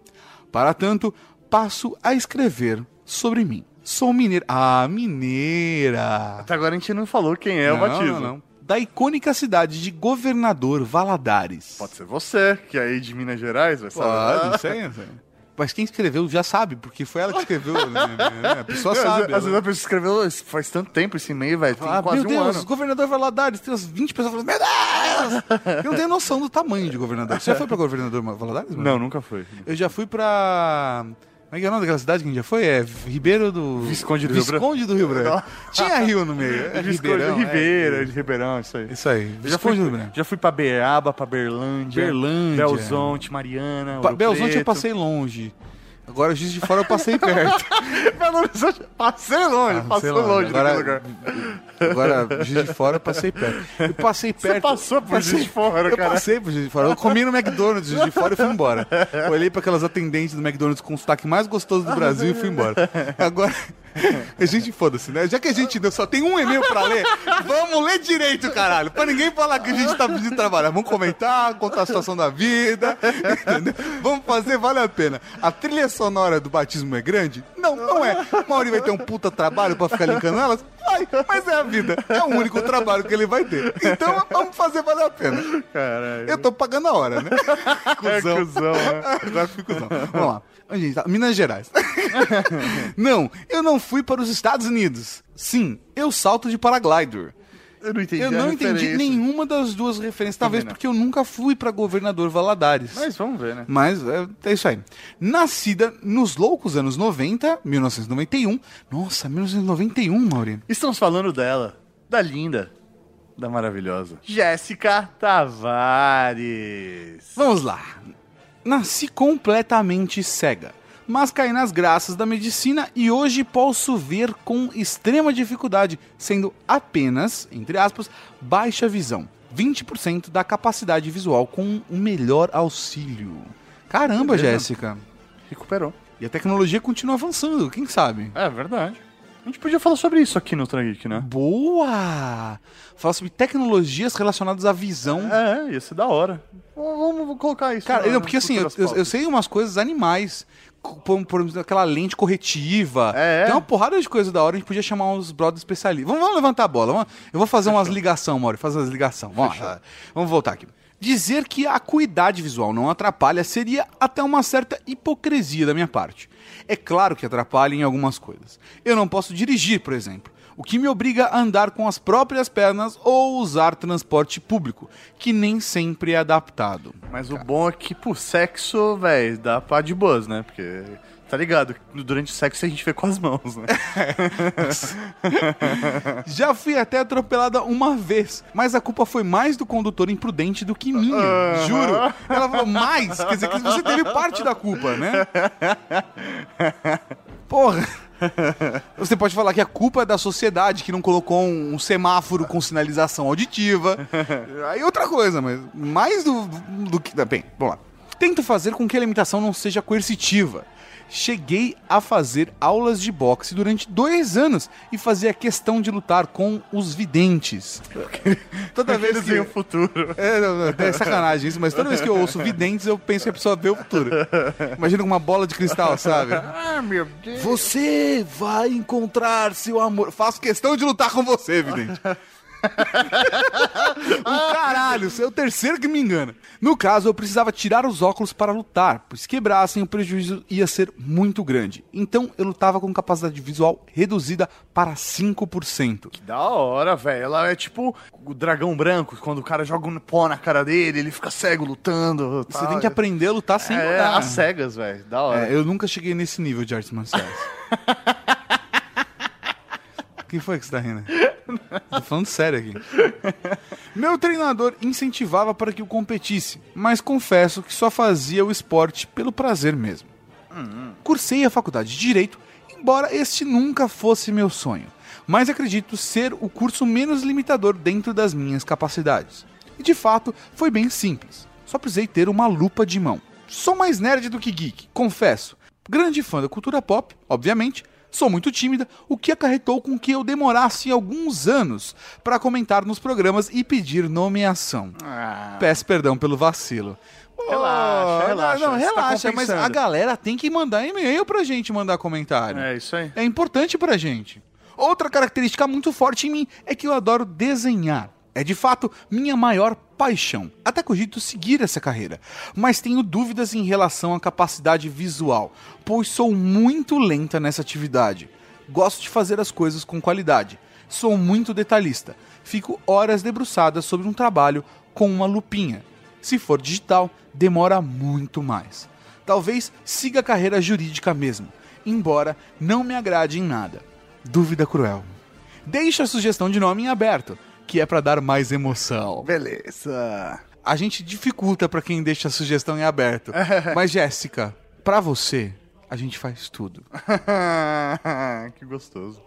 Para tanto, passo a escrever sobre mim. Sou mineira. Ah, mineira! Até agora a gente não falou quem é o batismo. Da icônica cidade de Governador Valadares. Pode ser você, que é aí de Minas Gerais, vai saber. Pode, não sei, não sei. Mas quem escreveu já sabe, porque foi ela que escreveu. Né? A pessoa Não, às sabe. né? vezes- Às vezes a pessoa escreveu "Isso faz tanto tempo esse e-mail, velho. Tem Ah, quase meu um Deus, ano. governador Valadares, tem umas 20 pessoas falando, meu Deus! Eu não tenho noção do tamanho de governador. Você já foi pra governador Valadares? mano? Não, nunca foi. Eu já fui pra. Como é que é o nome daquela cidade que a gente já foi? É Ribeiro do. Visconde do Rio Branco. Visconde do Rio Branco. Tinha rio no meio. É Visconde Ribeirão, do é. Ribeira, de Ribeirão, isso aí. Isso aí. Eu já fui, Visconde do Branco. já fui pra Beaba, pra Berlândia. Berlândia. Belzonte, Mariana. Pa- Ouro Belzonte eu Preto. passei longe. Agora, Juiz de Fora, eu passei perto. Belo Horizonte, passei longe, passou longe Ah, né? agora, daquele lugar. Agora, Juiz de Fora, eu passei perto. Eu passei Você perto. passou por Juiz de Fora, eu cara. passei por Juiz de Fora. Eu comi no McDonald's, Juiz de Fora, e fui embora. Olhei para aquelas atendentes do McDonald's com o sotaque mais gostoso do Brasil e fui embora. Agora... A gente foda-se, né? Já que a gente deu- só tem um e-mail pra ler, vamos ler direito, caralho. Pra ninguém falar que a gente tá pedindo trabalhar. Vamos comentar, contar a situação da vida. entendeu? Vamos fazer, vale a pena. A trilha sonora do batismo é grande? Não, não é. Mauri vai ter um puta trabalho pra ficar linkando elas? Ai, mas é a vida. É o único trabalho que ele vai ter. Então vamos fazer valer a pena. Caralho. Eu tô pagando a hora, né? Cusão. cuzão, né? Agora fui cuzão. Vamos lá. Onde a gente tá? Minas Gerais. não, eu não fui para os Estados Unidos. Sim, eu salto de paraglider. Eu não entendi eu a não entendi referência. nenhuma das duas referências. Talvez Também não. porque eu nunca fui para governador Valadares. Mas vamos ver, né? Mas é, é isso aí. Nascida nos loucos anos 90, 1991. Nossa, 1991, Maurino. Estamos falando dela, da linda, da maravilhosa. Jéssica Tavares. Vamos lá. Nasci completamente cega, mas caí nas graças da medicina e hoje posso ver com extrema dificuldade, sendo apenas, entre aspas, baixa visão. 20% da capacidade visual com o melhor auxílio. Caramba, Beleza. Jéssica. Recuperou. E a tecnologia continua avançando, quem sabe? É verdade. A gente podia falar sobre isso aqui no Trageek, né? Boa! Falar sobre tecnologias relacionadas à visão. É, ia ser da hora. Vamos colocar isso. Cara, na- não, porque no assim, eu, futuro das eu- eu pautas. sei umas coisas animais. co- Por, por exemplo, aquela lente corretiva. É, é. Tem uma porrada de coisa da hora. A gente podia chamar uns brothers especialistas. Vamos, vamos levantar a bola. vamos- eu vou fazer umas ligação, Mauro. Fazer umas ligação. Vamos, lá. vamos voltar aqui. Dizer que a acuidade visual não atrapalha seria até uma certa hipocrisia da minha parte. É claro que atrapalha em algumas coisas. Eu não posso dirigir, por exemplo o que me obriga a andar com as próprias pernas ou usar transporte público, que nem sempre é adaptado. Mas o bom é que pro sexo, velho, dá pra de buzz, né? Porque. Tá ligado? Durante o sexo a gente vê com as mãos, né? Já fui até atropelada uma vez, mas a culpa foi mais do condutor imprudente do que minha, Aham. juro. Ela falou mais, quer dizer que você teve parte da culpa, né? Porra. Você pode falar que a culpa é da sociedade que não colocou um, um semáforo com sinalização auditiva. Aí outra coisa, mas mais do, do que. Bem, vamos lá. Tento fazer com que a limitação não seja coercitiva. Cheguei a fazer aulas de boxe durante dois anos e fazia questão de lutar com os videntes. Toda vez Eles que veem o futuro. É, não, não, é sacanagem isso, mas toda vez que eu ouço videntes, eu penso que a pessoa vê o futuro. Imagina com uma bola de cristal, sabe? Ah, meu Deus. Você vai encontrar seu amor. Faço questão de lutar com você, evidente. um caralho, você é o terceiro que me engana. No caso, eu precisava tirar os óculos para lutar, pois se quebrassem o prejuízo ia ser muito grande. Então eu lutava com capacidade visual reduzida para 5%. Da hora, velho. Ela é tipo o dragão branco, quando o cara joga um pó na cara dele, ele fica cego lutando. Você tem que aprender a lutar sem É, mudar. às cegas, velho. Da hora. É, eu nunca cheguei nesse nível de artes marciais. Quem foi que você tá rindo? Tô falando sério aqui. Meu treinador incentivava para que eu competisse, mas confesso que só fazia o esporte pelo prazer mesmo. Cursei a faculdade de Direito, embora este nunca fosse meu sonho, mas acredito ser o curso menos limitador dentro das minhas capacidades. E de fato, foi bem simples. Só precisei ter uma lupa de mão. Sou mais nerd do que geek, confesso. Grande fã da cultura pop, obviamente, sou muito tímida, o que acarretou com que eu demorasse alguns anos para comentar nos programas e pedir nomeação. Ah, Peço perdão pelo vacilo. Relaxa, Oh, relaxa. Não, não, Você tá relaxa, mas a compensando. galera tem que mandar e-mail pra gente mandar comentário. É isso aí. É importante pra gente. Outra característica muito forte em mim é que eu adoro desenhar. É de fato minha maior paixão. Até cogito seguir essa carreira, mas tenho dúvidas em relação à capacidade visual, pois sou muito lenta nessa atividade. Gosto de fazer as coisas com qualidade. Sou muito detalhista. Fico horas debruçada sobre um trabalho com uma lupinha. Se for digital, demora muito mais. Talvez siga a carreira jurídica mesmo, embora não me agrade em nada. Dúvida cruel. Deixa a sugestão de nome em aberto, que é pra dar mais emoção. Beleza. A gente dificulta pra quem deixa a sugestão em aberto. Mas Jéssica, pra você, a gente faz tudo. que gostoso.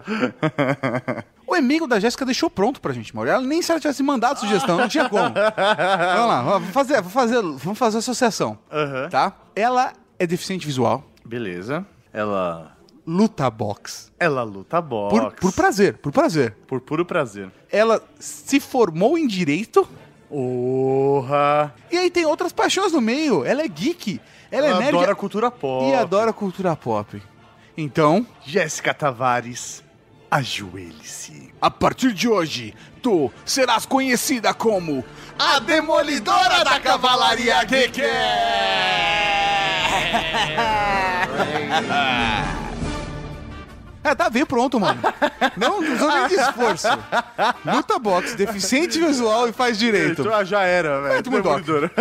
O e-mail da Jéssica deixou pronto pra gente, Mauro. Ela nem se ela tivesse mandado sugestão, não tinha como. Vamos lá, vamos fazer, vamos fazer, vamos fazer associação, tá? Ela é deficiente visual. Beleza. Ela luta box. Ela luta boxe. Por, por prazer, por prazer. Por puro prazer. Ela se formou em direito. Porra! E aí tem outras paixões no meio. Ela é geek, ela, é Ela nerd. adora cultura pop. E adora cultura pop. Então, Jéssica Tavares, ajoelhe-se. A partir de hoje, tu serás conhecida como a demolidora da cavalaria geek. É, tá, veio pronto, mano. Não, não usou nem de esforço. Luta boxe, deficiente visual e faz direito. Então ah, já era, velho. tu mudou. Demolidora.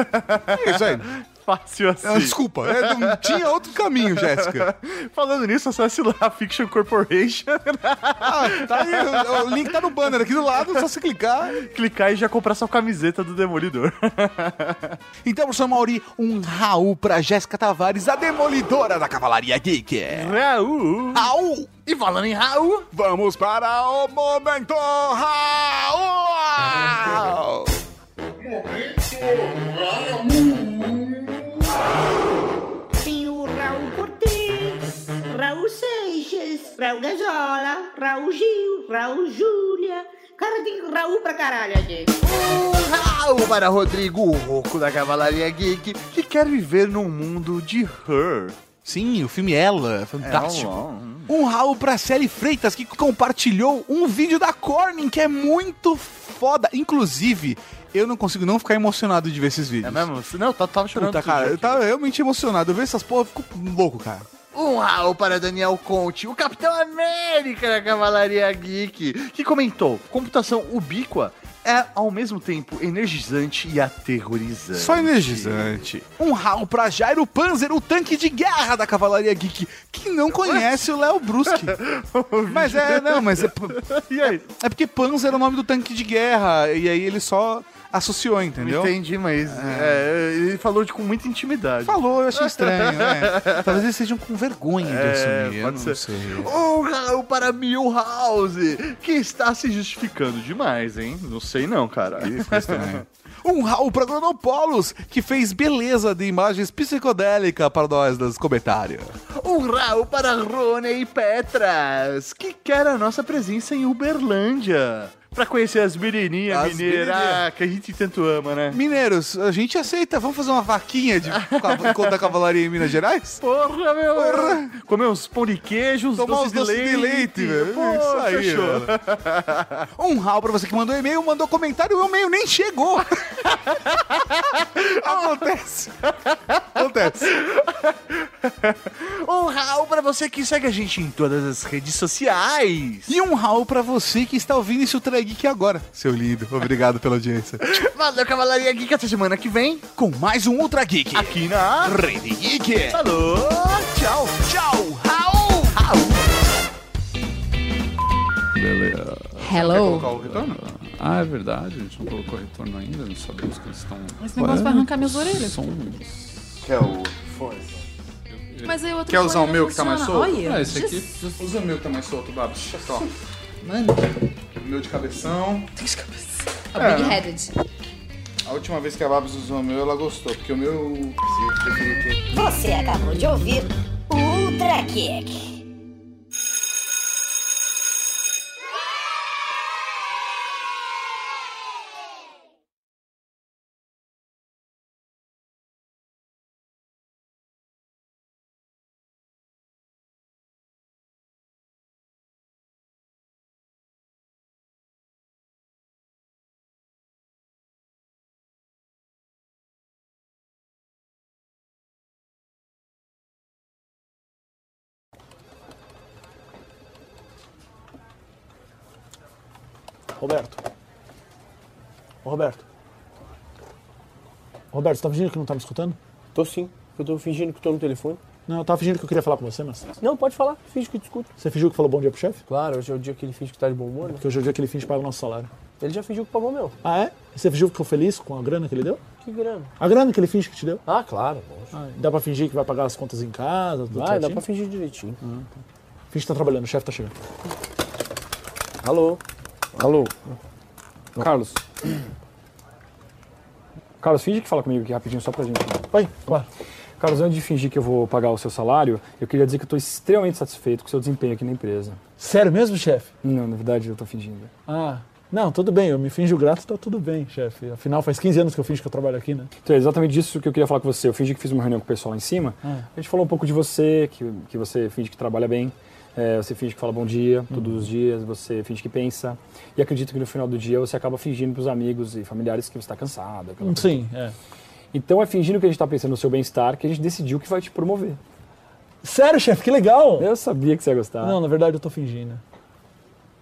É isso aí. Fácil assim. Ah, Desculpa, é, não tinha outro caminho, Jéssica. Falando nisso, acesse lá a Fiction Corporation. Ah, tá aí, o, o link tá no banner aqui do lado, é só você clicar. Clicar e já comprar sua camiseta do Demolidor. Então, professor Mauri, um Raul pra Jéssica Tavares, a demolidora da Cavalaria Geek. É, uh, Raul! Raul! E falando em Raul, vamos para o momento Raul! Tem o Raul Cortez, Raul Seixas, Raul Gazola, Raul Gil, Raul Júlia. Cara, tem Raul pra caralho aqui. Raul para Rodrigo, o Roco da Cavalaria Geek, que quer viver num mundo de Her. Sim, o filme Ela, É, fantástico. ó, ó. Um Raul pra Sally Freitas, que compartilhou um vídeo da Corning, que é muito foda. Inclusive, eu não consigo não ficar emocionado de ver esses É vídeos. mesmo? né? Não, eu tava, tava chorando. Puta, outro cara, dia. eu tava realmente emocionado. Eu vejo essas porra, eu fico louco, cara. Um Raul para Daniel Conte, o Capitão América da Cavalaria Geek, que comentou: computação ubíqua é ao mesmo tempo energizante e aterrorizante. Só energizante. Um Raul pra Jairo Panzer, o tanque de guerra da Cavalaria Geek, que não conhece o Léo Bruschi. mas é, não, mas é, E aí? é porque Panzer é o nome do tanque de guerra, e aí ele só associou, entendeu? Entendi, mas é, ele falou de, com muita intimidade. Falou, eu achei estranho, né? Talvez eles estejam com vergonha de assumir, eu É, pode não ser. sei. Um Raul para Milhouse, que está se justificando demais, hein? Não sei não, cara. Um Raul pra Gronopolos, que fez beleza de imagens psicodélicas para nós nos comentários. Um Raul para Rony e Petras, que quer a nossa presença em Uberlândia. Pra conhecer as menininhas As mineiras menininhas. que a gente tanto ama, né? Mineiros, a gente aceita, vamos fazer uma vaquinha de cav- contra a cavalaria em Minas Gerais? Porra, meu! Comer uns pão de queijo, uns Tomar doces os doces de leite, velho. Pô, Isso aí, fechou. velho. Um Raul pra você que mandou e-mail, mandou comentário e o e-mail nem chegou. Acontece. Acontece. Um Raul pra você que segue a gente em todas as redes sociais. E um Raul pra você que está ouvindo esse Ultra Geek agora. Seu lindo, obrigado pela audiência. Valeu, Cavalaria Geek, até semana que vem. Com mais um Ultra Geek. Aqui na Rede Geek. Falou, tchau. Tchau, Raul. Beleza. Hello. o retorno? Ah, é verdade, a gente não colocou retorno ainda, não sabemos que eles estão. Esse negócio vai arrancar minhas orelhas. Sons. Que é o fone. Mas aí o outro Quer usar fone o meu não que tá mais funciona. solto? Olha, Ah, esse aqui. Usa o meu que tá mais solto, Babs. Deixa só. Mano, O meu de cabeção. a É. Big Headed. A última vez que a Babs usou o meu, ela gostou, porque o meu. Você acabou de ouvir o Ultra Kick. Roberto. Ô, Roberto. Roberto, você tá fingindo que não tá me escutando? Tô sim. Eu tô fingindo que tô no telefone. Não, eu tava fingindo que eu queria falar com você, mas. Não, pode falar, finge que eu te escuto. Você fingiu que falou bom dia pro chefe? Claro, hoje é o dia que ele finge que tá de bom humor, né? Porque hoje é o dia que ele finge pagar o nosso salário. Ele já fingiu que pagou meu. Ah, é? E Você fingiu que ficou feliz com a grana que ele deu? Que grana. A grana que ele finge que te deu? Ah, claro. Ah, dá pra fingir que vai pagar as contas em casa? Tudo Vai, dá certinho? pra fingir direitinho. Finge que tá trabalhando, o chefe tá chegando. Alô? Alô? Carlos. Carlos, finge que fala comigo aqui rapidinho, só pra gente. Vai, claro. Carlos, antes de fingir que eu vou pagar o seu salário, eu queria dizer que eu tô extremamente satisfeito com o seu desempenho aqui na empresa. Sério mesmo, chefe? Não, na verdade eu tô fingindo. Ah, não, tudo bem, eu me finjo grato, tá tudo bem, chefe. Afinal, faz 15 anos que eu finjo que eu trabalho aqui, né? Então, é exatamente isso que eu queria falar com você. Eu fingi que fiz uma reunião com o pessoal lá em cima. Ah. A gente falou um pouco de você, que, que você finge que trabalha bem, é, você finge que fala bom dia Uhum. todos os dias, você finge que pensa. E acredito que no final do dia você acaba fingindo pros amigos e familiares que você está cansado. aquela coisa. Sim, é. Então é fingindo que a gente está pensando no seu bem-estar que a gente decidiu que vai te promover. Sério, chefe, que legal! Eu sabia que você ia gostar. Não, na verdade eu tô fingindo.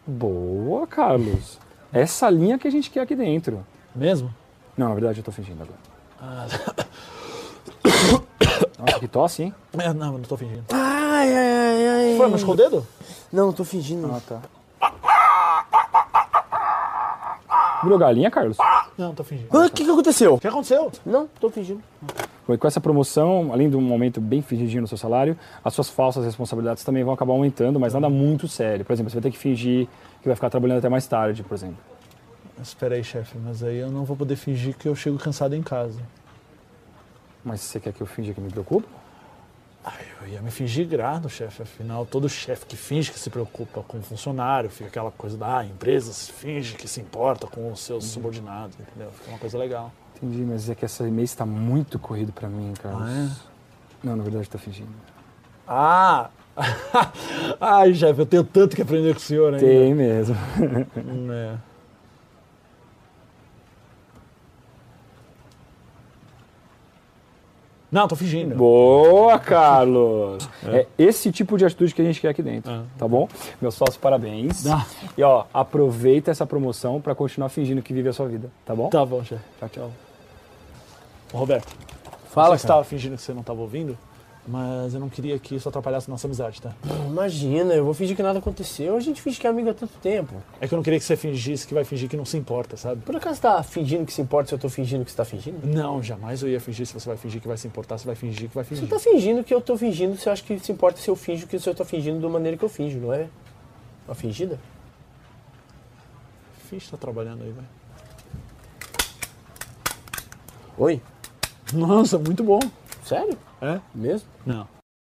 Boa, Carlos. Essa linha que a gente quer aqui dentro. Mesmo? Não, na verdade eu tô fingindo agora. Ah, Nossa, que tosse, hein? é, não, eu não tô fingindo. Ai, ai, ai. Foi, machucou o dedo? Não, tô fingindo. Ah, tá. Virou galinha, Carlos? Ah, Não, tô fingindo. O que, que aconteceu? O que aconteceu? Não, tô fingindo. Com essa promoção, além de um aumento bem fingidinho no seu salário, as suas falsas responsabilidades também vão acabar aumentando, mas nada muito sério. Por exemplo, você vai ter que fingir que vai ficar trabalhando até mais tarde, por exemplo. Espera aí, chefe, mas aí eu não vou poder fingir que eu chego cansado em casa. Mas você quer que eu finja que me preocupo? Eu ia me fingir grato, chefe. Afinal, todo chefe que finge que se preocupa com o funcionário, fica aquela coisa da ah, a empresa se finge que se importa com os seus subordinados, entendeu? Fica uma coisa legal. Uhum. Entendi, mas é que esse mês está muito corrido para mim, Carlos. Não, na verdade, tá fingindo. é? Ah! Ai, chefe, eu tenho tanto que aprender com o senhor ainda. Tem mesmo. É. Não, tô fingindo. Boa, Carlos! É. esse tipo de atitude que a gente quer aqui dentro, tá bom? Meus sócios, parabéns. Dá. E ó, aproveita essa promoção pra continuar fingindo que vive a sua vida, tá bom? Tá bom, chefe. Tchau, tchau. Ô, Roberto. Fala, Você cara. estava fingindo que você não estava ouvindo, mas eu não queria que isso atrapalhasse nossa amizade, tá? Imagina, eu vou fingir que nada aconteceu. A gente finge que é amigo há tanto tempo. É que eu não queria que você fingisse que vai fingir que não se importa, sabe? Por acaso tá fingindo que se importa se eu tô fingindo que você tá fingindo? Não, jamais eu ia fingir se você vai fingir que vai se importar, você vai fingir que vai fingir. Você tá fingindo que eu tô fingindo, você acha que se importa se eu finjo que se eu tô fingindo da maneira que eu finjo, não é? Uma fingida? Finge que tá trabalhando aí, vai. Oi? Nossa, muito bom. Sério? É? Mesmo? Não.